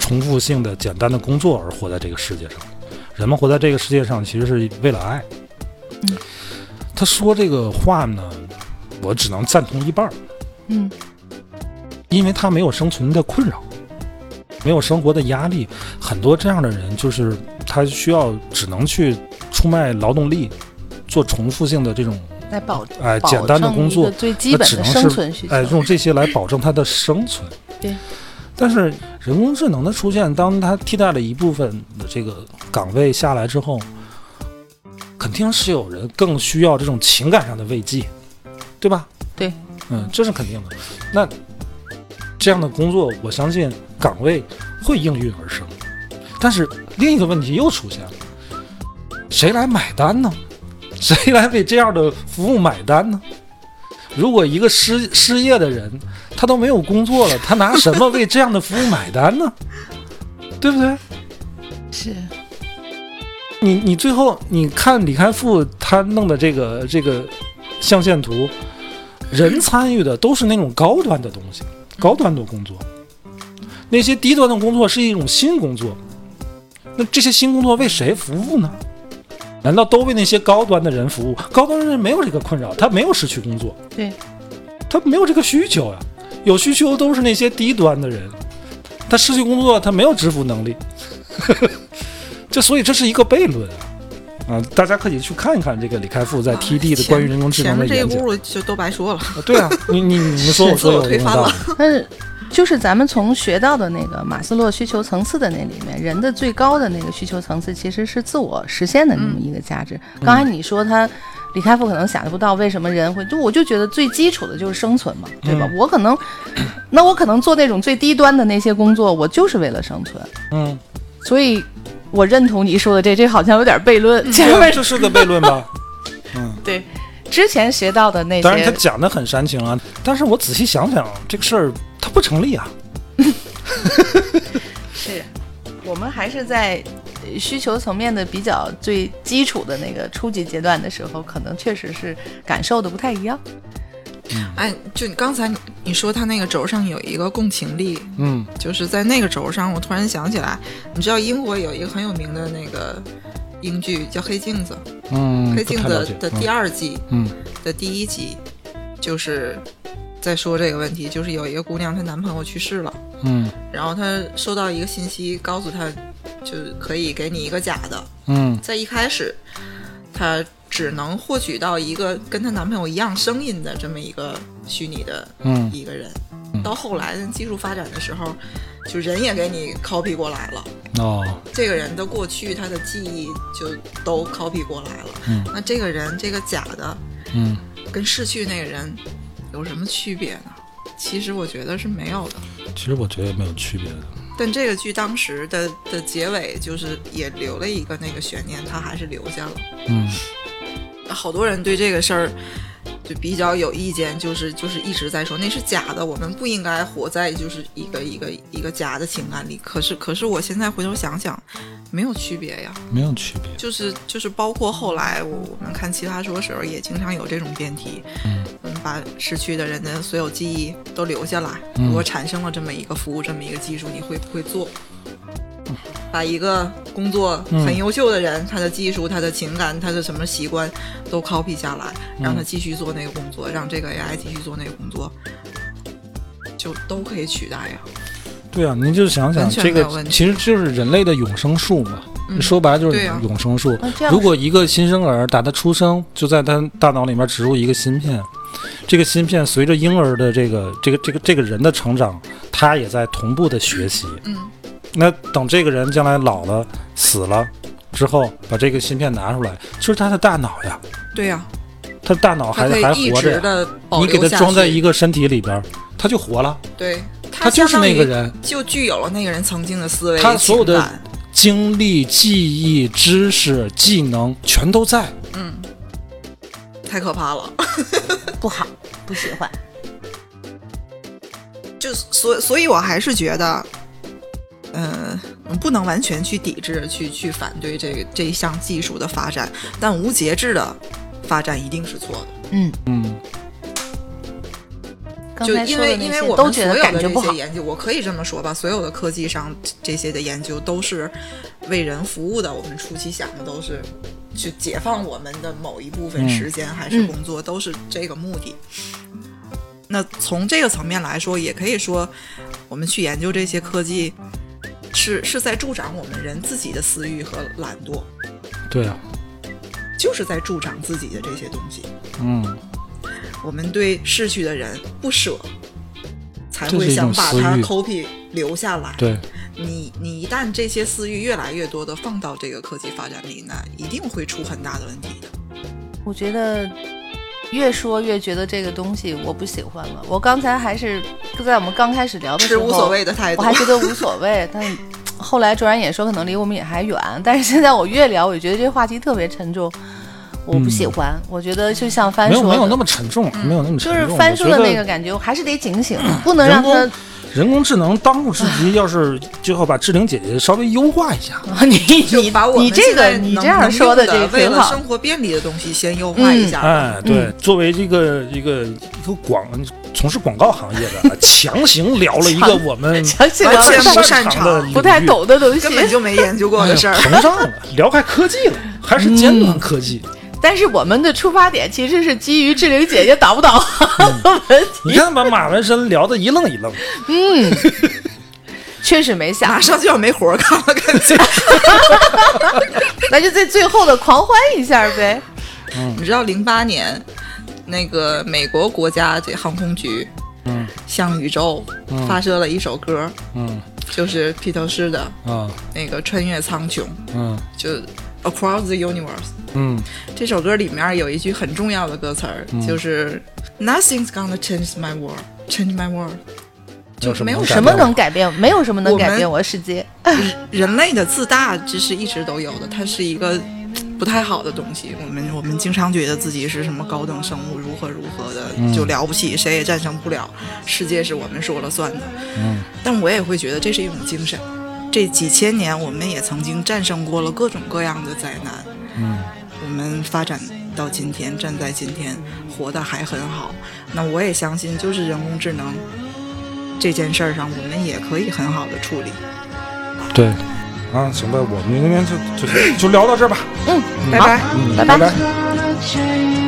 Speaker 1: 重复性的简单的工作而活在这个世界上。人们活在这个世界上，其实是为了爱。”他说这个话呢，我只能赞同一半儿。
Speaker 3: 嗯，
Speaker 1: 因为他没有生存的困扰，没有生活的压力，很多这样的人就是他需要只能去出卖劳动力，做重复性的这种
Speaker 3: 来保证
Speaker 1: 哎简单的工作，
Speaker 3: 最基
Speaker 1: 那
Speaker 3: 本
Speaker 1: 只
Speaker 3: 的
Speaker 1: 能
Speaker 3: 生
Speaker 1: 是
Speaker 3: 存需求。
Speaker 1: 哎用这些来保证他的生存。
Speaker 3: 对。
Speaker 1: 但是人工智能的出现，当它替代了一部分的这个岗位下来之后，肯定是有人更需要这种情感上的慰藉，对吧？
Speaker 3: 对，
Speaker 1: 嗯，这是肯定的。那这样的工作，我相信岗位会应运而生。但是另一个问题又出现了，谁来买单呢？ 谁来为这样的服务买单呢？如果一个失失业的人，他都没有工作了，他拿什么为这样的服务买单呢？对不对？
Speaker 3: 是
Speaker 1: 你你最后你看李开复他弄的这个这个象限图，人参与的都是那种高端的东西，高端的工作，那些低端的工作是一种新工作，那这些新工作为谁服务呢？难道都为那些高端的人服务？高端的人没有这个困扰，他没有失去工作，
Speaker 3: 对，
Speaker 1: 他没有这个需求呀、有需求都是那些低端的人，他失去工作，他没有支付能力， 这所以这是一个悖论啊。啊，大家可以去看一看这个李开复在 TD 的关于人工智能的
Speaker 2: 前面
Speaker 1: 演
Speaker 2: 这一
Speaker 1: 讲。
Speaker 2: 轱辘就都白 说了，
Speaker 1: 啊对啊，你你你 们说我说有
Speaker 2: 自我推
Speaker 1: 什么
Speaker 2: 翻
Speaker 1: 道
Speaker 2: 了
Speaker 1: 理？
Speaker 3: 但是就是咱们从学到的那个马斯洛需求层次的那里面，人的最高的那个需求层次其实是自我实现的那
Speaker 1: 嗯
Speaker 3: 么一个价值。刚才你说他。李开复可能想不到为什么人会，就我就觉得最基础的就是生存嘛，对吧？
Speaker 1: 嗯
Speaker 3: 我可能，那我可能做那种最低端的那些工作，我就是为了生存，
Speaker 1: 嗯，
Speaker 3: 所以我认同你说的这，这好像有点悖论。 前
Speaker 1: 对啊
Speaker 3: 面
Speaker 1: 这是个悖论 吧？
Speaker 3: 对之前学到的那
Speaker 1: 当然他
Speaker 3: 些，
Speaker 1: 讲的很煽情啊，但是我仔细想想，这个事儿它不成立啊。
Speaker 3: 是我们还是在呃需求层面的比较最基础的那个初级阶段的时候，可能确实是感受的不太一样。
Speaker 2: 哎，就你刚才你说他那个轴上有一个共情力，
Speaker 1: 嗯，
Speaker 2: 就是在那个轴上，我突然想起来，你知道英国有一个很有名的那个英剧叫《黑镜子》，
Speaker 1: 嗯，
Speaker 2: 黑镜
Speaker 1: 不太了
Speaker 2: 的
Speaker 1: 解
Speaker 2: 的第二季，
Speaker 1: 嗯，
Speaker 2: 的第一集就是在说这个问题，就是有一个姑娘，她男朋友去世了，
Speaker 1: 嗯
Speaker 2: 然后她收到一个信息，告诉她就是可以给你一个假的，
Speaker 1: 嗯
Speaker 2: 在一开始，她只能获取到一个跟她男朋友一样声音的这么一个虚拟的
Speaker 1: 嗯
Speaker 2: 一个人，到后来技术发展的时候，就人也给你 copy 过来了。
Speaker 1: 嗯，哦，
Speaker 2: 这个人的过去，他的记忆就都 copy 过来了。
Speaker 1: 嗯
Speaker 2: 那这个人，这个假的，
Speaker 1: 嗯，
Speaker 2: 跟逝去那个人有什么区别呢？其实我觉得是没有的。
Speaker 1: 其实我觉得没有区别的。
Speaker 2: 但这个剧当时的的结尾，就是也留了一个那个悬念，他还是留下了。
Speaker 1: 嗯
Speaker 2: 好多人对这个事儿就比较有意见，就是就是一直在说那是假的，我们不应该活在就是一个一个一个假的情感里。可是可是我现在回头想想，没有区别呀。
Speaker 1: 没有区别。
Speaker 2: 就是就是包括后来我我们看《奇葩说》时候也经常有这种辩题，嗯，把逝去的人的所有记忆都留下来。
Speaker 1: 嗯
Speaker 2: 如果产生了这么一个服务，这么一个技术，你会不会做？把一个工作
Speaker 1: 嗯
Speaker 2: 很优秀的人，他的技术、他的情感、他的什么习惯都 copy 下来，让
Speaker 1: 嗯
Speaker 2: 他继续做那个工作，让这个 AI 继续做那个工作，就都可以取代呀。
Speaker 1: 对啊，您就想想
Speaker 2: 完全
Speaker 1: 这
Speaker 2: 没有
Speaker 1: 个
Speaker 2: 问，题
Speaker 1: 其实就是人类的永生术嘛。
Speaker 2: 嗯
Speaker 1: 说白了就是
Speaker 2: 对啊
Speaker 1: 永生术。
Speaker 3: 那这样
Speaker 1: 如果一个新生儿打他出生，就在他大脑里面植入一个芯片，这个芯片随着婴儿的这个这个这个这个人的成长，他也在同步的学习。
Speaker 2: 嗯，
Speaker 1: 那等这个人将来老了死了之后，把这个芯片拿出来，就是他的大脑呀，
Speaker 2: 对呀、
Speaker 1: 他的大脑
Speaker 2: 他
Speaker 1: 还
Speaker 2: 可
Speaker 1: 哦还
Speaker 2: 以一
Speaker 1: 活着
Speaker 2: 直
Speaker 1: 呀。
Speaker 2: 的保
Speaker 1: 你给
Speaker 2: 留
Speaker 1: 他
Speaker 2: 下
Speaker 1: 装在
Speaker 2: 去
Speaker 1: 一个身体里边儿，他就活了。
Speaker 2: 对，
Speaker 1: 他就是
Speaker 2: 相当于
Speaker 1: 那个人，
Speaker 2: 就具有了那个人曾经的思维，
Speaker 1: 他所有的
Speaker 2: 情感
Speaker 1: 经历、记忆、知识、技能全都在。
Speaker 2: 太可怕了。
Speaker 3: 不好，不喜欢。
Speaker 2: 就所所以，我还是觉得，呃，不能完全去抵制、去去反对这个这一项技术的发展，但无节制的发展一定是错的。
Speaker 3: 嗯，
Speaker 5: 嗯，
Speaker 3: 刚
Speaker 2: 就
Speaker 3: 才
Speaker 2: 因
Speaker 3: 说的
Speaker 2: 为
Speaker 3: 那
Speaker 2: 因为
Speaker 3: 些
Speaker 2: 我
Speaker 3: 都
Speaker 2: 们
Speaker 3: 觉
Speaker 2: 所
Speaker 3: 得
Speaker 2: 有
Speaker 3: 感
Speaker 2: 的
Speaker 3: 觉
Speaker 2: 这
Speaker 3: 不
Speaker 2: 些
Speaker 3: 好。
Speaker 2: 研究，我可以这么说吧，所有的科技上这些的研究都是为人服务的。我们初期想的都是去解放我们的某一部
Speaker 3: 嗯
Speaker 2: 分时间还是工作，都是这个目的。那从这个层面来说，也可以说，我们去研究这些科技，是是在助长我们人自己的私欲和懒惰，
Speaker 5: 对啊，
Speaker 2: 就是在助长自己的这些东西。
Speaker 5: 嗯，
Speaker 2: 我们对逝去的人不舍，才
Speaker 5: 这
Speaker 2: 会
Speaker 5: 是一
Speaker 2: 想
Speaker 5: 种
Speaker 2: 把
Speaker 5: 私
Speaker 2: 他
Speaker 5: 欲
Speaker 2: copy 留下来。
Speaker 5: 对，
Speaker 2: 你你一旦这些私欲越来越多的放到这个科技发展里，那一定会出很大的问题的。
Speaker 3: 我觉得越说越觉得这个东西我不喜欢了。我刚才还是在我们刚开始聊的时
Speaker 2: 持
Speaker 3: 候，
Speaker 2: 无所谓的态度
Speaker 3: 我还觉得无所谓。但后来转眼也说，可能离我们也还远。但是现在我越聊，我觉得这话题特别沉重，我不喜欢。我觉得就像翻
Speaker 5: 嗯没
Speaker 3: 说
Speaker 5: 有
Speaker 3: 的，嗯
Speaker 5: 没有那么沉重，没有那么沉
Speaker 3: 就
Speaker 5: 重。
Speaker 3: 是翻说的
Speaker 5: 我觉
Speaker 3: 那
Speaker 5: 得
Speaker 3: 个感觉，我还是得警醒，不能
Speaker 5: 人
Speaker 3: 让
Speaker 5: 工
Speaker 3: 它
Speaker 5: 人工智能当务之
Speaker 3: 嗯
Speaker 5: 急，要是最后把志玲姐姐稍微优化一下，
Speaker 3: 你
Speaker 2: 就把我
Speaker 3: 你
Speaker 2: 们
Speaker 3: 这
Speaker 2: 现
Speaker 3: 个
Speaker 2: 在
Speaker 3: 你
Speaker 2: 能
Speaker 3: 这样
Speaker 2: 能
Speaker 3: 说
Speaker 2: 用
Speaker 3: 的
Speaker 2: 的
Speaker 3: 这个嗯
Speaker 2: 为
Speaker 3: 挺
Speaker 2: 了
Speaker 3: 好
Speaker 2: 生活便利的东西先优化
Speaker 3: 啊
Speaker 2: 一下吧。
Speaker 5: 哎，对，
Speaker 3: 嗯
Speaker 5: 作为这个一个一个广从事广告行业 的，啊强行聊了一个我们
Speaker 3: 想起
Speaker 2: 完
Speaker 3: 了
Speaker 2: 全
Speaker 3: 不太
Speaker 2: 不擅
Speaker 5: 长
Speaker 2: 长
Speaker 5: 的领域
Speaker 3: 不太懂的东西
Speaker 2: 根，本就没研究过
Speaker 5: 哎
Speaker 2: 的
Speaker 5: 呀
Speaker 2: 事儿。
Speaker 3: 嗯
Speaker 5: 膨 胀了，聊开科技了，还是尖端科技。
Speaker 3: 但是我们的出发点其实是基于志玲姐姐导不 导航的问题。
Speaker 5: 你看把马文身聊得一愣一愣，
Speaker 3: 嗯，确实没
Speaker 2: 马
Speaker 3: 想，
Speaker 2: 上就要没活儿干了，感觉。
Speaker 3: 那就在最后的狂欢一下呗。嗯
Speaker 2: 你知道零八年那个美国国家这航空局，
Speaker 5: 嗯，
Speaker 2: 向宇宙
Speaker 3: 嗯
Speaker 2: 发射了一首歌，
Speaker 5: 嗯
Speaker 2: 就是披头士的
Speaker 5: 啊
Speaker 2: 那个《穿越苍穹》，
Speaker 5: 嗯
Speaker 2: 就 Across the Universe。
Speaker 5: 嗯
Speaker 2: 这首歌里面有一句很重要的歌词儿，就是 Nothing's gonna change my world, change my world，就是没有
Speaker 5: 什
Speaker 3: 什么能改变？没有什么能
Speaker 2: 我们
Speaker 3: 改变我的世界。
Speaker 2: 人类的自大，这是一直都有的，它是一个不太好的东西。我们我们经常觉得自己是什么高等生物，如何如何的、就了不起，谁也战胜不了，世界是我们说了算的。嗯，但我也会觉得这是一种精神。这几千年，我们也曾经战胜过了各种各样的灾难。我们发展到今天，站在今天，活得还很好。那我也相信，就是人工智能这件事儿上，我们也可以很好的处理。
Speaker 5: 对啊，行吧，我们今天就就就聊到这儿吧，
Speaker 3: 嗯，
Speaker 2: 拜拜。
Speaker 5: 嗯，
Speaker 3: 拜
Speaker 5: 拜
Speaker 3: 拜
Speaker 5: 拜。
Speaker 6: change